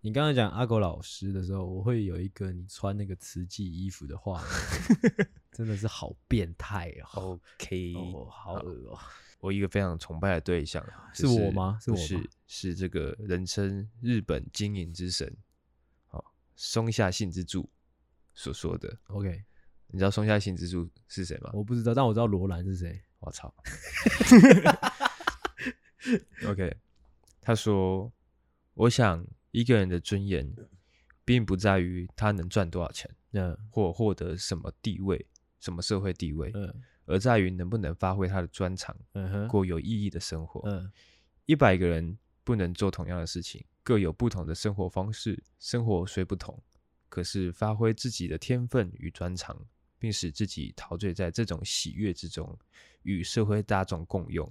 你刚刚讲阿狗老师的时候，我会有一个你穿那个慈济衣服的画面， 真的是好变态哦！ OK，、哦，好恶哦！我一个非常崇拜的对象，啊是就我吗是不我吗是是这个人称日本经营之神，好、松下幸之助所说的。 OK，你知道松下幸之助是谁吗？我不知道，但我知道罗兰是谁。我操！OK，他说：“我想一个人的尊严，并不在于他能赚多少钱，嗯或获得什么地位、什么社会地位，嗯而在于能不能发挥他的专长，嗯哼，过有意义的生活。嗯一百个人不能做同样的事情，各有不同的生活方式，生活虽不同，可是发挥自己的天分与专长，并使自己陶醉在这种喜悦之中，与社会大众共用，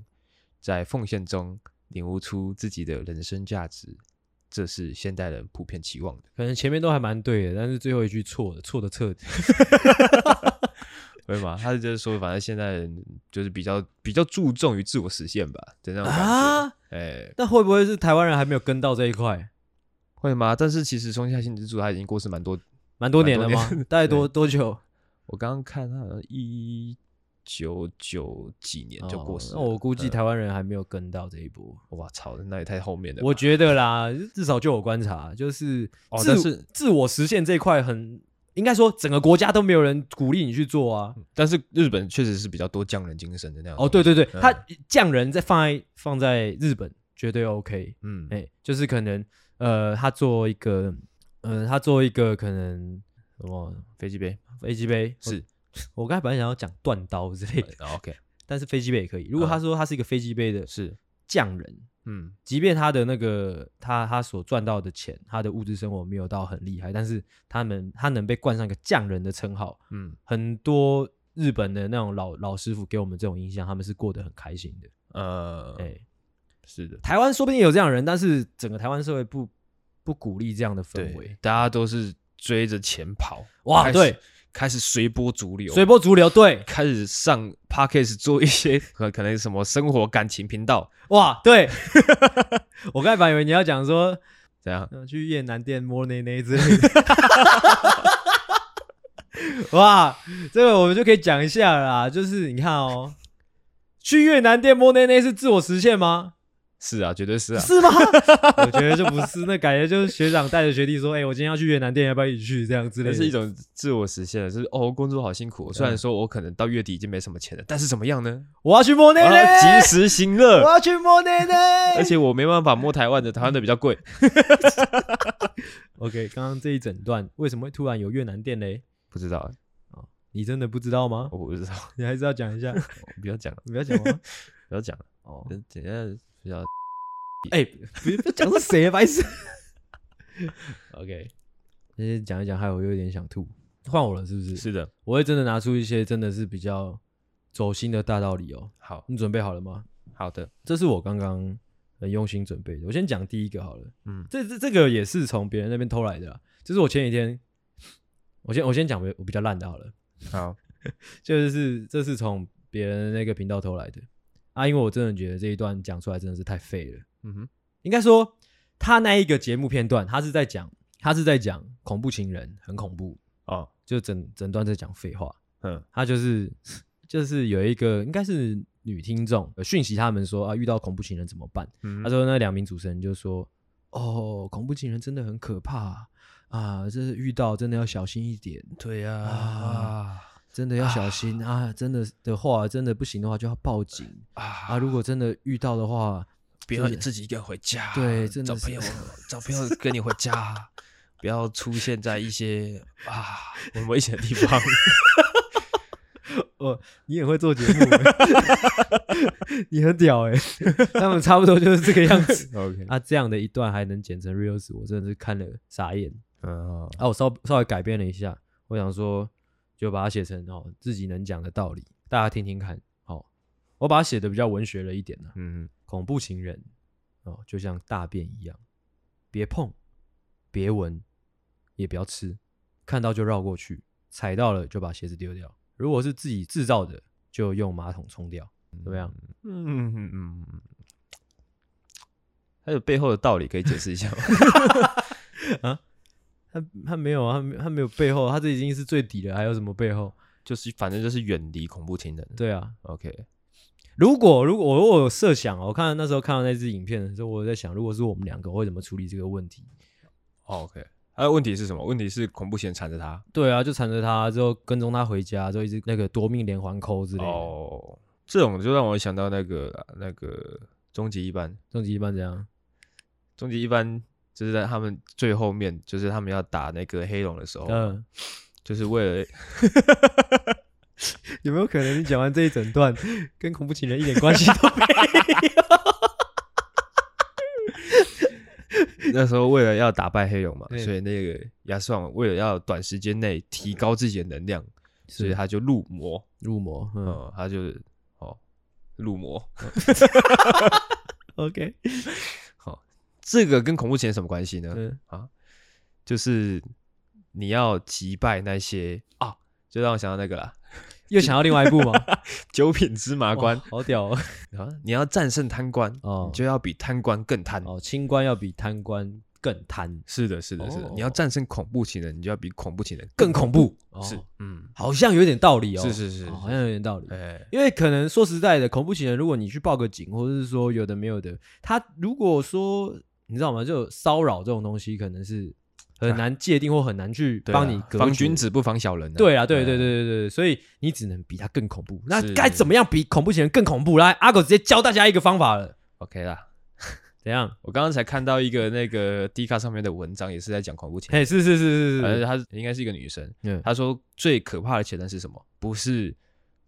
在奉献中领悟出自己的人生价值，这是现代人普遍期望的。可能前面都还蛮对的，但是最后一句错的，错的彻底。会吗？他是就是说，反正现代人就是比较比较注重于自我实现吧的那种感觉。啊，哎、那会不会是台湾人还没有跟到这一块？会吗？但是其实松下幸之助他已经过世蛮多蛮多年了吗 蛮多？大概多多久？我刚刚看他好像一九九几年就过世了、嗯哦。那我估计台湾人还没有跟到这一波。哇操，那也太后面了吧。我觉得啦，至少就我观察，就是哦自、但是自我实现这一块很，应该说整个国家都没有人鼓励你去做啊。但是日本确实是比较多匠人精神的那样。哦，对，对对，嗯他匠人在放在放在日本绝对 OK，嗯，哎、就是可能呃，他做一个呃，他做一个可能什么飞机杯飞机杯是我刚才本来想要讲断刀之类的，哦 OK，但是飞机杯也可以。如果他说他是一个飞机杯 的是，匠人，嗯，即便他的那个他他所赚到的钱，他的物质生活没有到很厉害，但是他们他能被冠上一个匠人的称号，嗯，很多日本的那种老老师傅给我们这种印象，他们是过得很开心的。呃，哎、是的，台湾说不定有这样的人，但是整个台湾社会不不鼓励这样的氛对围。，大家都是追着钱跑，哇，开始对，，开始随波逐流，随波逐流，对，开始上 podcast 做一些 可可能什么生活感情频道，哇，对， 我刚才本来以为你要讲说怎样？呃去越南店摸内内之类的。哇，这个我们就可以讲一下了啦，就是你看哦，去越南店摸内内是自我实现吗？是啊，绝对是啊，是吗？ 我觉得就不是，那感觉就是学长带着学弟说：“哎、我今天要去越南店，要不要一起去？”这样之类那的。是一种自我实现了，就是哦，工作好辛苦哦，虽然说我可能到月底已经没什么钱了，但是怎么样呢？我要去摸我内内，要及时行我乐，要去摸内内。 而且我没办法摸台湾的，台湾的比较贵。 OK，刚刚这一整段为什么会突然有越南店嘞？不知道，你真的不知道吗？我不知道，你还是要讲一下，我不要讲了，你不要讲 吗？不要讲了，哦，等等一下比较哎、不要讲是谁，啊白痴。 OK。那些讲一讲，害我有点想吐。换我了是不是？是的，我会真的拿出一些真的是比较走心的大道理哦。好你准备好了吗？好的，这是我刚刚很用心准备的。我先讲第一个好了。嗯这这这个也是从别人那边偷来的啦。就是我前几天，我先我先讲我我比较烂的好了。好，就是这是从别人那个频道偷来的啊，因为我真的觉得这一段讲出来真的是太废了。嗯哼，应该说他那一个节目片段，他是在讲他是在讲恐怖情人，很恐怖，哦，就整整段在讲废话。嗯，他就是 就是有一个应该是女听众有讯息他们说啊，遇到恐怖情人怎么办？嗯他说那两名主持人就说：“哦，恐怖情人真的很可怕啊，啊这是遇到真的要小心一点，对呀啊真的要小心啊，真的的话真的不行的话就要报警啊啊，如果真的遇到的话，不要自己一个人回家，对真的找是朋友，找朋友跟你回家，不要出现在一些啊很危险的地 方。哦，你也会做节目 欸，你很屌哎、 他们差不多就是这个样 子。 OK， 啊，这样的一段还能剪成 reels，我真的是看了傻眼。嗯，啊，我稍稍微改变了一下，我想说就把它写成哦自己能讲的道理，大家听听看。好、我把它写的比较文学了一点呢、啊嗯，恐怖情人哦，就像大便一样，别碰，别闻，也不要吃，看到就绕过去，踩到了就把鞋子丢掉。如果是自己制造的，就用马桶冲掉，怎么样？嗯嗯嗯，还有背后的道理可以解释一下吗？ 他他没有啊，他没他没有背后，他这已经是最底了，还有什么背后？就是反正就是远离恐怖情人。对啊， OK，如果如果我我有设想哦，我看那时候看到那支影片的时候，我在想，如果是我们两个，我会怎么处理这个问题？哦 OK，还有问题是什么？问题是恐怖情人缠着他。对啊，就缠着他，之后跟踪他回家，之后一直那个夺命连环扣之类的。哦，这种就让我想到那个啦那个终极一班，终极一般怎样？终极一班就是在他们最后面，就是他们要打那个黑龙的时候，嗯，就是为了 有没有可能你讲完这一整段，跟恐怖情人一点关系都 没有？那时候为了要打败黑龙嘛，对所以那个亚瑟王为了要短时间内提高自己的能量，所以是他就入魔，入魔。嗯嗯，他就是哦入魔， ，OK，这个跟恐怖情人什么关系呢？嗯，就是你要击败那些啊，就让我想到那个啦，又想要另外一部 吗？九品芝麻官哇好屌哦！啊，你要战胜贪官，哦你就要比贪官更 贪。哦，清官要比贪官更贪，是的，是的，是的，你要哦战胜恐怖情人，你就要比恐怖情人更恐怖。哦是，嗯，好像有点道理哦。是是是哦是好像有点道理。哎，因为可能说实在的，恐怖情人，如果你去报个警，或者是说有的没有的，他如果说你知道吗，就骚扰这种东西，可能是很难界定或很难去啊对帮啊你隔防绝君。子不防小人啊。对啊，对哎对对对对对，所以你只能比他更恐怖。那是该怎么样比恐怖情人更恐怖？来，阿狗直接教大家一个方法了。 ，OK 啦，怎样？我刚刚才看到一个那个 D 卡上面的文章，也是在讲恐怖潜嘿，是是是是能，而且是，她应该是一个女生，嗯她说最可怕的前任是什么？不是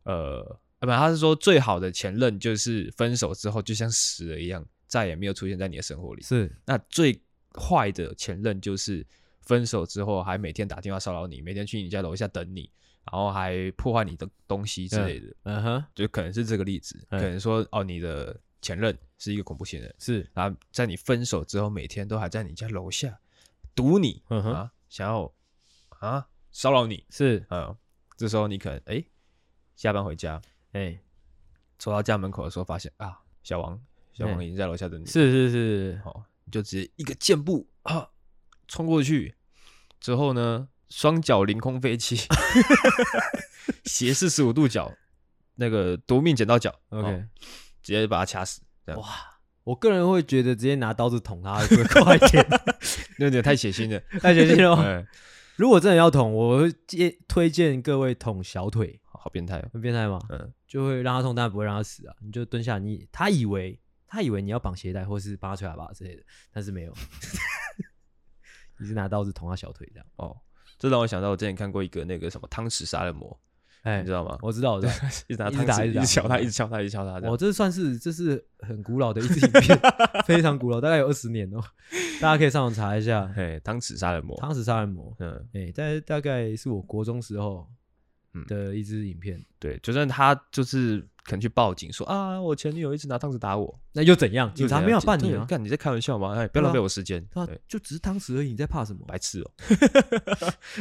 呃，啊不，她是说最好的前任就是分手之后就像死了一样，再也没有出现在你的生活里。是那最坏的前任就是分手之后还每天打电话骚扰你，每天去你家楼下等你，然后还破坏你的东西之类的，嗯哼，就可能是这个例子。嗯可能说哦，你的前任是一个恐怖情人，是然后在你分手之后，每天都还在你家楼下堵你、嗯哼啊，想要啊骚扰你，是，嗯，这时候你可能哎下班回家，哎，走到家门口的时候，发现啊小王小王嗯已经在楼下等你，是是是，好，你就直接一个箭步啊冲过去，之后呢，双脚凌空飞起， 斜四十五度角，那个夺命剪刀脚 OK 哦直接把他掐死，这样我个人会觉得直接拿刀子捅他会快一 点，那有点太血腥了。 太血腥了吗。哎，如果真的要捅，我会建推荐各位捅小腿，好变态哦。很变态吗？嗯，就会让他痛，但不会让他死啊。你就蹲下，你他以为他以为你要绑鞋带或是帮他吹喇叭之类的，但是没有， 你是拿刀子捅他小腿这样。哦，这让我想到我之前看过一个那个什么汤匙杀人魔，哎你知道吗？我知道，我知道， 一直拿一直汤打匙一一直打直敲他，一直敲他，一直敲他。这我样这算是这是很古老的一支影片，非常古老，大概有二 十年哦。大家可以上网查一下《嘿，汤匙杀人魔。汤匙杀人魔》。嗯，哎，但大概是我国中时候嗯的一支影片，对，就算他就是可能去报警说啊，我前女友一直拿汤匙打我，那又怎样？警察就没有这样办你对啊，干你在开玩笑吗？哎，不对要啊浪费我时间。对啊对，就只是汤匙而已，你在怕什么？白痴哦。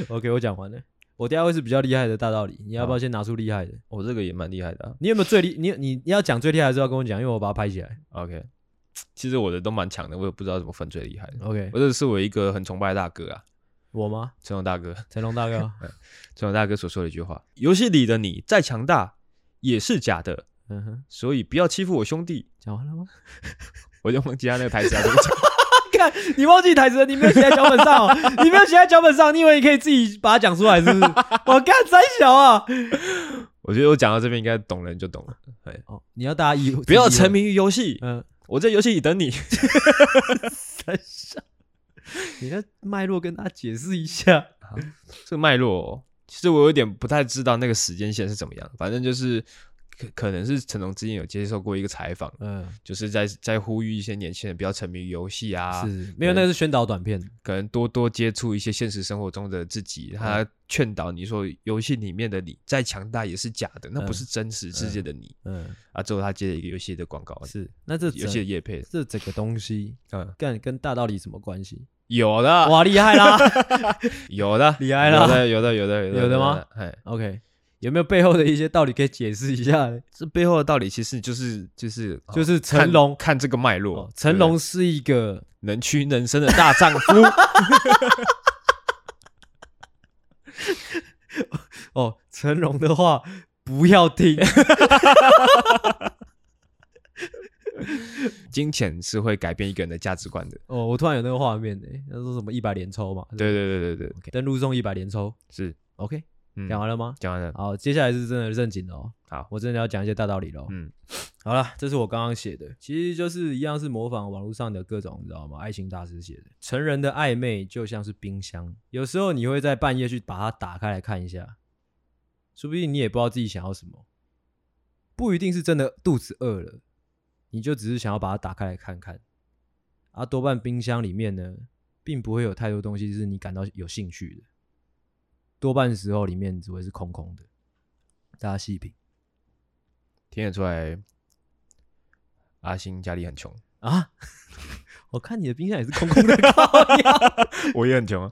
OK，我讲完了。我第二位是比较厉害的大道理，你要不要先拿出厉害的？我这个也蛮厉害的啊。你有没有最厉？你你你要讲最厉害的时候要跟我讲，因为我把它拍起来。啊 OK，其实我的都蛮强的，我也不知道怎么分最厉害的。 OK，我这是我一个很崇拜的大哥啊，我吗？成龙大哥。成龙大哥，成龙大哥所说的一句话：游戏里的你再强大也是假的，嗯哼，所以不要欺负我兄弟。讲完了吗？ 我就忘记他那个台词啊要怎么讲。看，你忘记台词了，你没有写在脚本上、哦，你没有写在脚本上，你以为你可以自己把它讲出来是不是？我干三小啊！ 我觉得我讲到这边应该懂人就懂 了。哎，哦，你要大家以不要沉，迷于游戏，嗯、我在游戏里等你。三小，你的脉络跟大家解释一下。这个脉络哦、其实我有点不太知道那个时间线是怎么样。反正就是可可能是成龙之前有接受过一个采访，嗯、就是在在呼吁一些年轻人不要沉迷于游戏啊，是没有那个是宣导短片，可能多多接触一些现实生活中的自己。他嗯劝导你说，游戏里面的你再强大也是假的，那不是真实世界的你、嗯，啊。之后他接了一个游戏的广告，是那这游戏的整叶配，这整个东西嗯，干跟大道理什么关系？有的， 哇，厉害啦有的，厉害啦有的，有的，有的，有的有的吗？哎， ！OK，有没有背后的一些道理可以解释一下呢？这背后的道理其实就是就是就哦是看成龙看这个脉络，哦，成对龙是一个能屈能伸的大丈 夫，哦，成龙的话不要听。金钱是会改变一个人的价值观的。 哦，我突然有那个画面诶，他说什么一百连抽嘛？是不对是对对对对， ，OK，登录中一百连抽是， ，OK，嗯，讲完了吗？讲完了，好，接下来是真的正经的哦。好我真的要讲一些大道理喽。嗯， 好了，这是我刚刚写的，其实就是一样是模仿网络上的各种，你知道吗？爱情大师写的，成人的暧昧就像是冰箱，有时候你会在半夜去把它打开来看一下，说不定你也不知道自己想要什么，不一定是真的肚子饿了，你就只是想要把它打开来看看。啊，多半冰箱里面呢，并不会有太多东西是你感到有兴趣的，多半时候里面只会是空空的。大家细品听得出来，阿星家里很 穷，啊！我看你的冰箱也是空空的， 靠呀我也很穷啊。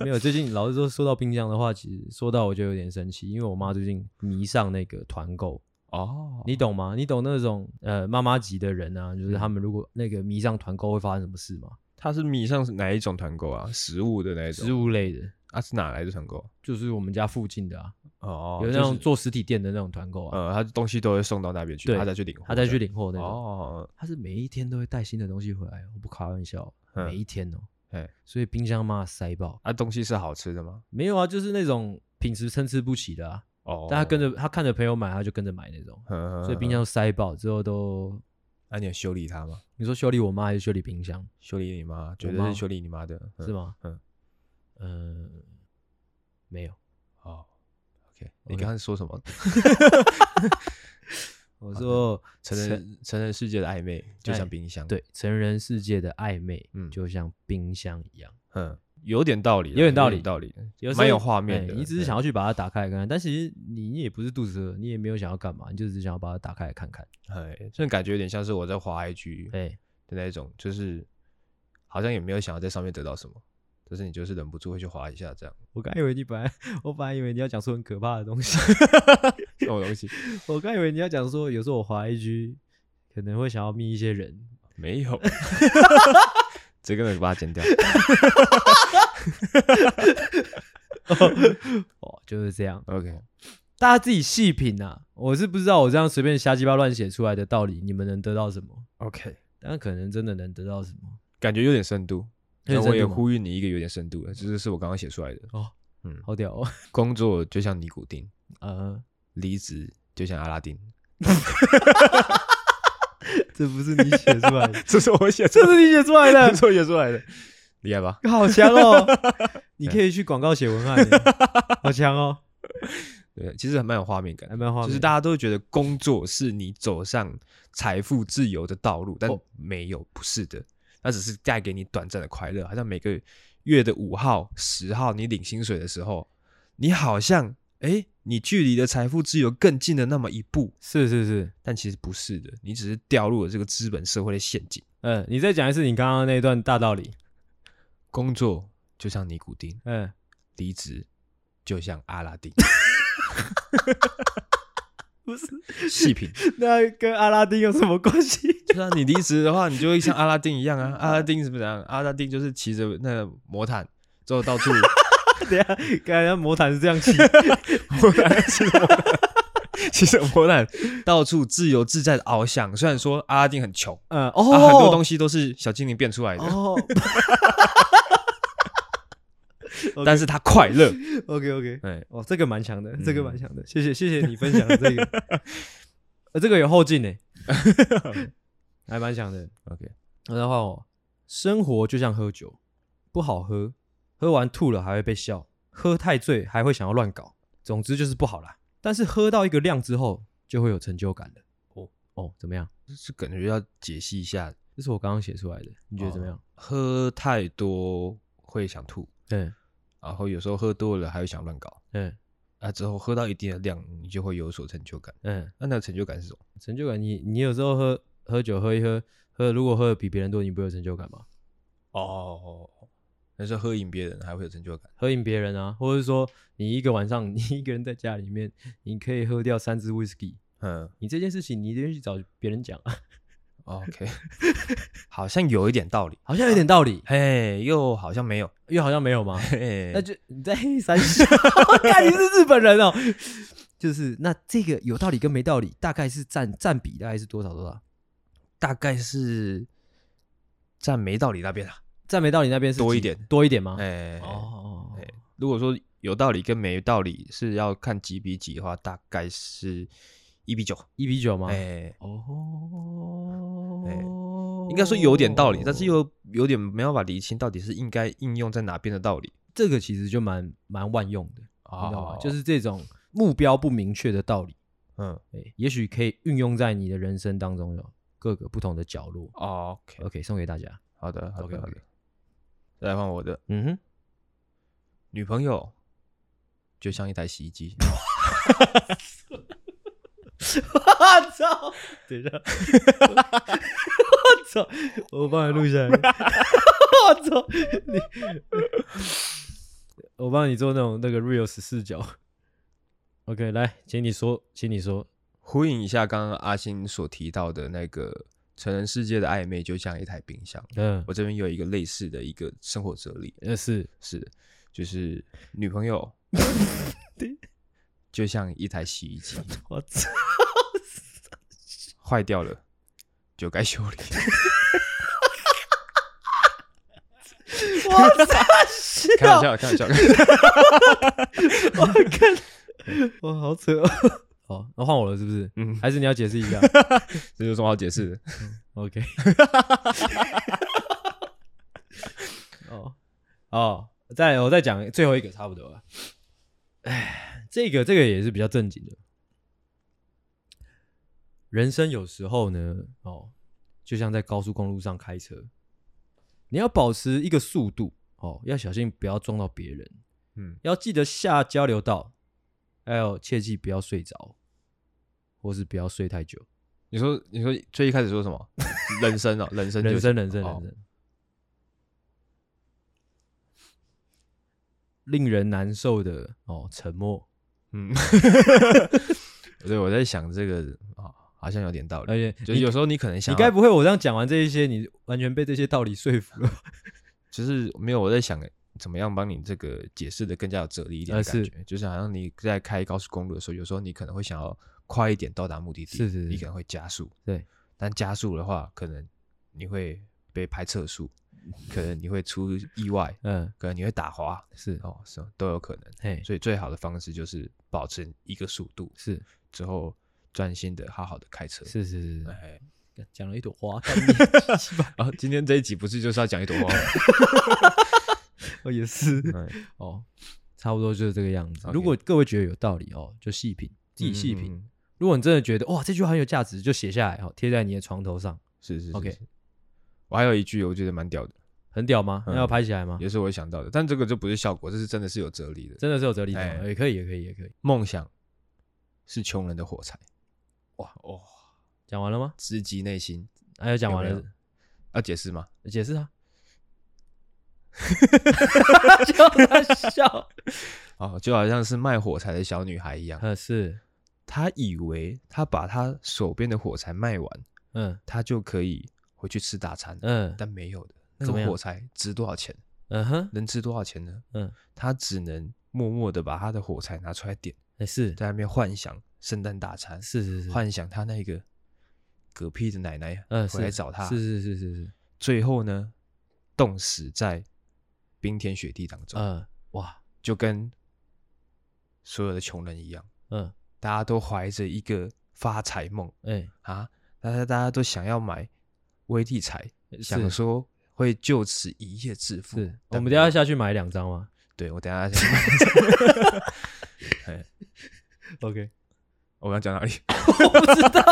没有，最近老实说，说到冰箱的话，其实说到我就有点生气，因为我妈最近迷上那个团购，哦，你懂吗？你懂那种呃妈妈级的人啊，就是他们如果那个迷上团购会发生什么事吗？他是迷上哪一种团购啊？食物的那一种？食物类的，啊是哪来的团购？就是我们家附近的啊，哦有那就种是做实体店的那种团购啊，呃，他东西都会送到那边去，对他再去领货，他再去领货那种。哦，他是每一天都会带新的东西回来，哦我不开玩笑，嗯每一天哦、哎所以冰箱妈塞爆，啊东西是好吃的吗？没有啊，就是那种品质参差不齐的啊。哦，但他跟着他看着朋友买，他就跟着买那种，嗯，所以冰箱塞爆之后都那、啊你有修理他吗？你说修理我妈还是修理冰箱？修理你妈，绝对妈是修理你妈的，嗯是吗？嗯，呃，没有，哦，OK，你刚才说什 么？我说成人成人世界的暧昧就像冰箱，，对成人世界的暧昧，嗯就像冰箱一样，嗯，有点道理啦，有点道理道理的，有时候蛮有画面的。哎你只是想要去把它打开来看看，但其实你也不是肚子饿，你也没有想要干嘛，你就只是想要把它打开来看看。哎，哎，这种感觉有点像是我在滑 IG 的哎，那种，就是好像也没有想要在上面得到什么，但是你就是忍不住会去滑一下这样，我刚以为你本来， 我本来以为你要讲出很可怕的东西， 这种东西我刚以为你要讲说，有时候我滑 IG 可能会想要密一些 人， 没有，这个把它剪掉。哦，就是这样， OK，大家自己细品啊。我是不知道我这样随便瞎鸡巴乱写出来的道理，你们能得到什么？ OK，但可能真的能得到什么？感觉有点深度。有点那深我度也吗呼吁你一个有点深度的，这就是我刚刚写出来的。哦，嗯好屌哦，工作就像尼古丁，呃，离职就像阿拉丁， 这不是你写出来的， 这是我写出 这是你写出来的这，是我写出来的，厉害吧？好强 哦！你可以去广告写文案耶，好强哦，对，其实还蛮有画面感的还，蛮画面，就是大家都会觉得工作是你走上财富自由的道路，但哦没有，不是的，那只是带给你短暂的快乐。好像每个月的五号、十号，你领薪水的时候，你好像诶，你距离的财富自由更近了那么一步，是是是，但其实不是的，你只是掉入了这个资本社会的陷阱。嗯，你再讲一次你刚刚那一段大道理，工作就像尼古丁，嗯，离职就像阿拉 丁，不是，细品。 那跟阿拉丁有什么关系？就是啊你离职的话，你就会像阿拉丁一样 啊。阿拉丁是不是这样？阿拉丁就是骑着那个魔毯，之后到 处等一下，刚才魔毯是这 样骑，魔毯，骑着魔毯，骑着魔毯到处自由自在的翱翔。虽然说阿拉丁很穷，嗯，啊，哦，很多东西都是小精灵变出来的，哦 但是他快 乐。 ，OK OK，哎，哦，这个蛮强的，这个嗯蛮强的，谢谢谢谢你分享 的这个，呃，这个有后劲呢，还蛮强的。 OK 那再换我，生活就像喝酒，不好喝，喝完吐了还会被笑，喝太醉还会想要乱搞，总之就是不好啦。但是喝到一个量之后，就会有成就感的。哦哦，怎么样？是感觉要解析一下，这是我刚刚写出来的，你觉得怎么哦样？喝太多会想吐，嗯然后有时候喝多了还会想乱搞。嗯啊，之后喝到一定的量，你就会有所成就感。嗯，那那个成就感是什么？成就感你，你有时候喝喝酒喝一喝喝，如果喝的比别人多，你不会有成就感吗？哦，但是喝赢别人还会有成就感。喝赢别人啊，或者是说你一个晚上 你一个人在家里面，你可以喝掉三支 whisky，嗯你这件事情你一定去找别人讲啊，哦，OK，好像有一点道理，好像有点道理，嘿，又好像没有，又好像没有嘛。嘿那，就你在黑三 小，看你是日本人哦。就是那这个有道理跟没道理，大概是占占比大概是多少多少？大概是站没道理那边了。占没道理那边是多一几点多一点吗？哎，哦哦，哦哎如果说有道理跟没道理是要看几比几的话，大概是一比九。一比九吗？哎，哦，应该说有点道理，但是又有点没办法理清到底是应该应用在哪边的道理。这个其实就蛮蛮万用的，你知道吗？哦就是这种目标不明确的道理，嗯哎，也许可以运用在你的人生当中的各个不同的角落。 ，OK， OK，送给大家。好的，好的 OK，OK 好的再来换我的。嗯哼，女朋友就像一台洗衣机，我操！ 等一下，我操！我帮你录下来。我操！你，我帮你做那种那个 real 十四角。OK，来，请你说，请你说。呼应一下刚刚阿星所提到的那个成人世界的暧昧，就像一台冰箱。嗯，我这边有一个类似的一个生活哲理，呃，是是就是女朋友就像一台洗衣机，我 操！坏掉了就该修理。我操！是开玩笑，开玩笑，开玩笑我看，哇，好扯哦！哦，那换我了是不是？嗯，还是你要解释一 下这有什么好解释的？ ？OK。哦哦，再来我再讲最后一个，差不多了。哎，这个这个也是比较正经的。人生有时候呢，哦，就像在高速公路上开车，你要保持一个速度哦，要小心不要撞到别人，嗯，要记得下交流道，还有切记不要睡着，或是不要睡太久。你说你说最一开始说什么？人生哦，人生就人是生，人生，人哦生，令人难受的哦，沉默，嗯，对，我在想这个啊、好像有点道而理。且就是有时候你可能想哎你要，该不会我这样讲完这一些，你完全被这些道理说服了吧？就是没有我在想怎么样帮你这个解释的更加有哲理一点的呃感觉，就是好像你在开高速公路的时候，有时候你可能会想要快一点到达目的地，是是是你可能会加速，对，但加速的话，可能你会被拍测速，可能你会出意外， 嗯，可能你会打滑，是，哦，是都有可能。嘿，所以最好的方式就是保持一个速度，是之后专心的好好的开车。是是是，哎，干讲了一朵花， 干啊，今天这一集不是就是要讲一朵花吗？哦也是嗯哦，差不多就是这个样子。 OK 如果各位觉得有道理哦，就细品，自己细品。嗯嗯嗯如果你真的觉得哇这句话很有价值，就写下来哦，贴在你的床头上，是是是 OK 是我还有一句我觉得蛮屌的，很屌吗？嗯那要拍起来吗？也是我想到的，但这个就不是效果，这是真的是有哲理的。真的是有哲理的哎哦，也可以，也可以，也可以。梦想是穷人的火柴，哇哦，讲完了吗？直击内心。还有讲完有了没，要解释吗？解释 啊。笑他 笑，哦，就好像是卖火柴的小女孩一样，呃是，她以为她把她手边的火柴卖完，嗯她就可以回去吃大餐，嗯但没有的。那怎么个样火柴值多少钱？嗯哼，能值多少钱呢？嗯，他只能默默的把他的火柴拿出来点，哎是在那边幻想圣诞大餐，是是是，幻想他那个嗝屁的奶奶嗯回来是找他，是是是是是，最后呢冻死在冰天雪地当中，嗯哇，就跟所有的穷人一样，嗯大家都怀着一个发财梦哎啊，大家大家都想要买威力彩，想呃是说会就此一夜致富。是，我但没们等一有下下去买两张吗对我等一下先？OK，我们要讲哪里？ 哦我不知道，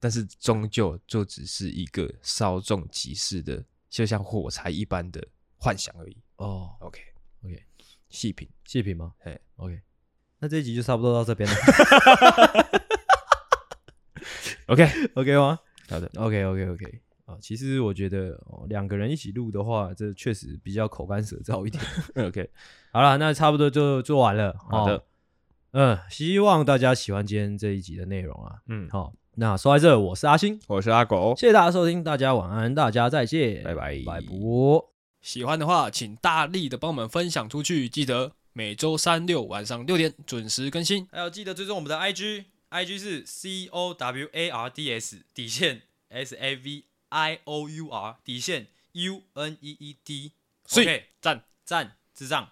但是终究就只是一个稍纵即逝的，就像火柴一般的幻想而已。哦 OK ，OK，细品，谢品吗？哎，OK，那这一集就差不多到这边了 ，OK， ，OK 吗？好的， OK OK OK 啊，其实我觉得哦两个人一起录的话，这确实比较口干舌燥一点。 ，OK，好了，那差不多就做完了。好的哦，嗯，希望大家喜欢今天这一集的内容啊。嗯，好、那说到这，我是阿星，我是阿狗，谢谢大家收听，大家晚安，大家再见，拜拜拜拜。喜欢的话，请大力的帮我们分享出去。记得每周三六晚上六点准时更新。还有记得追踪我们的 IG，IG 是 C O W A R D S 底线 S A V I O U R 底线 U N E E D，所以赞。赞智障。